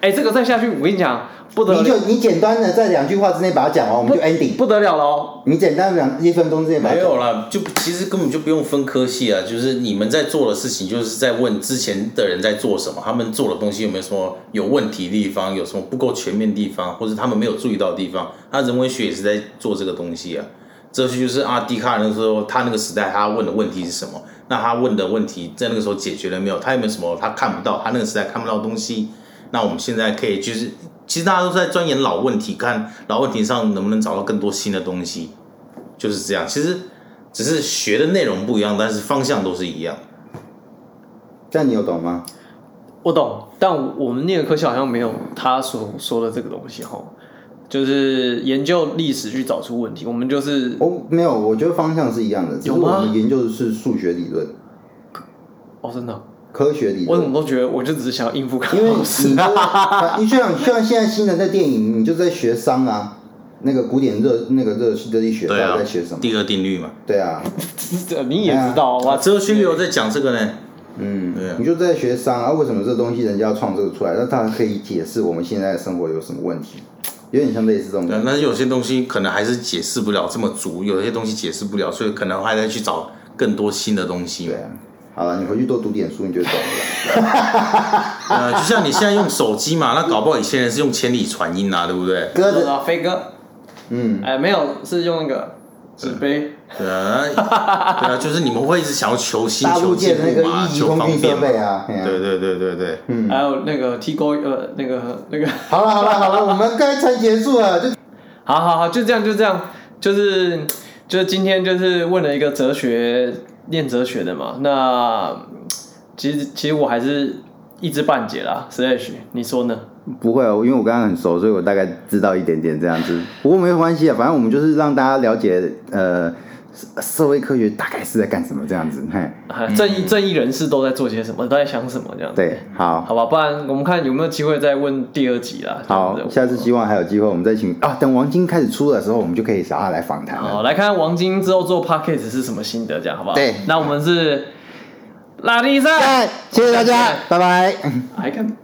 [SPEAKER 1] 哎、这个再下去我跟你讲不得
[SPEAKER 2] 你就
[SPEAKER 1] 了，
[SPEAKER 2] 你简单的在两句话之内把它讲完，我们就 ending。
[SPEAKER 1] 不得了了哦，
[SPEAKER 2] 你简单两一分钟之内把它
[SPEAKER 3] 没
[SPEAKER 2] 讲
[SPEAKER 3] 有
[SPEAKER 2] 完。
[SPEAKER 3] 啦，就其实根本就不用分科系啊，就是你们在做的事情，就是在问之前的人在做什么，他们做的东西有没有什么有问题的地方，有什么不够全面的地方，或者他们没有注意到的地方。那人文学也是在做这个东西啊。哲学就是啊，笛卡尔那时候他那个时代他问的问题是什么？那他问的问题在那个时候解决了没有？他有没有什么他看不到？他那个时代看不到的东西？那我们现在可以就是，其实大家都是在钻研老问题，看老问题上能不能找到更多新的东西。就是这样。其实只是学的内容不一样，但是方向都是一样。
[SPEAKER 2] 这样你有懂吗？
[SPEAKER 1] 我懂，但我我们念的科系好像没有他所说的这个东西哈，就是研究历史去找出问题，我们就是
[SPEAKER 2] 我没有，我觉得方向是一样的，只是
[SPEAKER 1] 有吗
[SPEAKER 2] 我们研究的是数学理论、
[SPEAKER 1] 哦，真的哦，
[SPEAKER 2] 科学理
[SPEAKER 1] 我怎么
[SPEAKER 2] 论。
[SPEAKER 1] 都觉得我就只是想要应付考
[SPEAKER 2] 因为你
[SPEAKER 1] 试
[SPEAKER 2] 就， [laughs] 你就像就像现在新的在电影，你就在学商啊，那个古典热那个热热力学到
[SPEAKER 3] 对啊
[SPEAKER 2] 底在学什，么？
[SPEAKER 3] 第二定律嘛。
[SPEAKER 2] 对啊，
[SPEAKER 1] 你也知道
[SPEAKER 3] 哇，
[SPEAKER 1] 哇，
[SPEAKER 3] 哲学有在讲这个呢。
[SPEAKER 2] 嗯
[SPEAKER 3] 对啊，
[SPEAKER 2] 你就在学商啊，为什么这东西人家要创这个出来？那它可以解释我们现在的生活有什么问题，有点像类似这种
[SPEAKER 3] 对，那有些东西可能还是解释不了这么足，有些东西解释不了，所以可能还得去找更多新的东西。
[SPEAKER 2] 对啊，好了，你回去多读点书，你就懂了。
[SPEAKER 3] 呃，就像你现在用手机嘛，那搞不好以前人是用千里传音啊，对不对？
[SPEAKER 2] 哥的，
[SPEAKER 1] 啊，飞哥，
[SPEAKER 2] [laughs] 嗯，
[SPEAKER 1] 哎，没有，是用那个纸杯，
[SPEAKER 3] 对啊，那对啊，就是你们会一直想要求
[SPEAKER 2] [laughs]
[SPEAKER 3] 新、
[SPEAKER 2] 大陆
[SPEAKER 3] 求进
[SPEAKER 2] 建的那个
[SPEAKER 3] 步嘛，
[SPEAKER 2] 一级
[SPEAKER 3] 求
[SPEAKER 2] 通
[SPEAKER 3] 方
[SPEAKER 2] 讯
[SPEAKER 3] 便
[SPEAKER 2] 设
[SPEAKER 3] 嘛。
[SPEAKER 2] 备啊，对
[SPEAKER 3] 对对对对对，
[SPEAKER 2] 嗯
[SPEAKER 1] 还有那个踢勾，呃，那个那个， [laughs]
[SPEAKER 2] 好了好了好了，我们该才结束了，就
[SPEAKER 1] 好好好，就这样，就这样，就是就是今天就是问了一个哲学念哲学的嘛，那嗯其实其实我还是一知半解啦，Slash，你说呢？
[SPEAKER 2] 不会哦，因为我刚刚很熟，所以我大概知道一点点这样子。不过没有关系啊，反正我们就是让大家了解，呃，社社会科学大概是在干什么这样子。嘿，
[SPEAKER 1] 啊正义正义人士都在做些什么，都在想什么这样子？
[SPEAKER 2] 嗯对，好，
[SPEAKER 1] 好吧，不然我们看有没有机会再问第二集啦。这
[SPEAKER 2] 好，
[SPEAKER 1] 样子
[SPEAKER 2] 下次希望还有机会，我们再请啊，等王晶开始出的时候，我们就可以找他来访谈了。
[SPEAKER 1] 好，来看看王晶之后做 podcast 是什么心得，这样好不好？
[SPEAKER 2] 对
[SPEAKER 1] 那我们是拉力赛，
[SPEAKER 2] 哎，谢谢大家，拜拜。
[SPEAKER 1] 还看。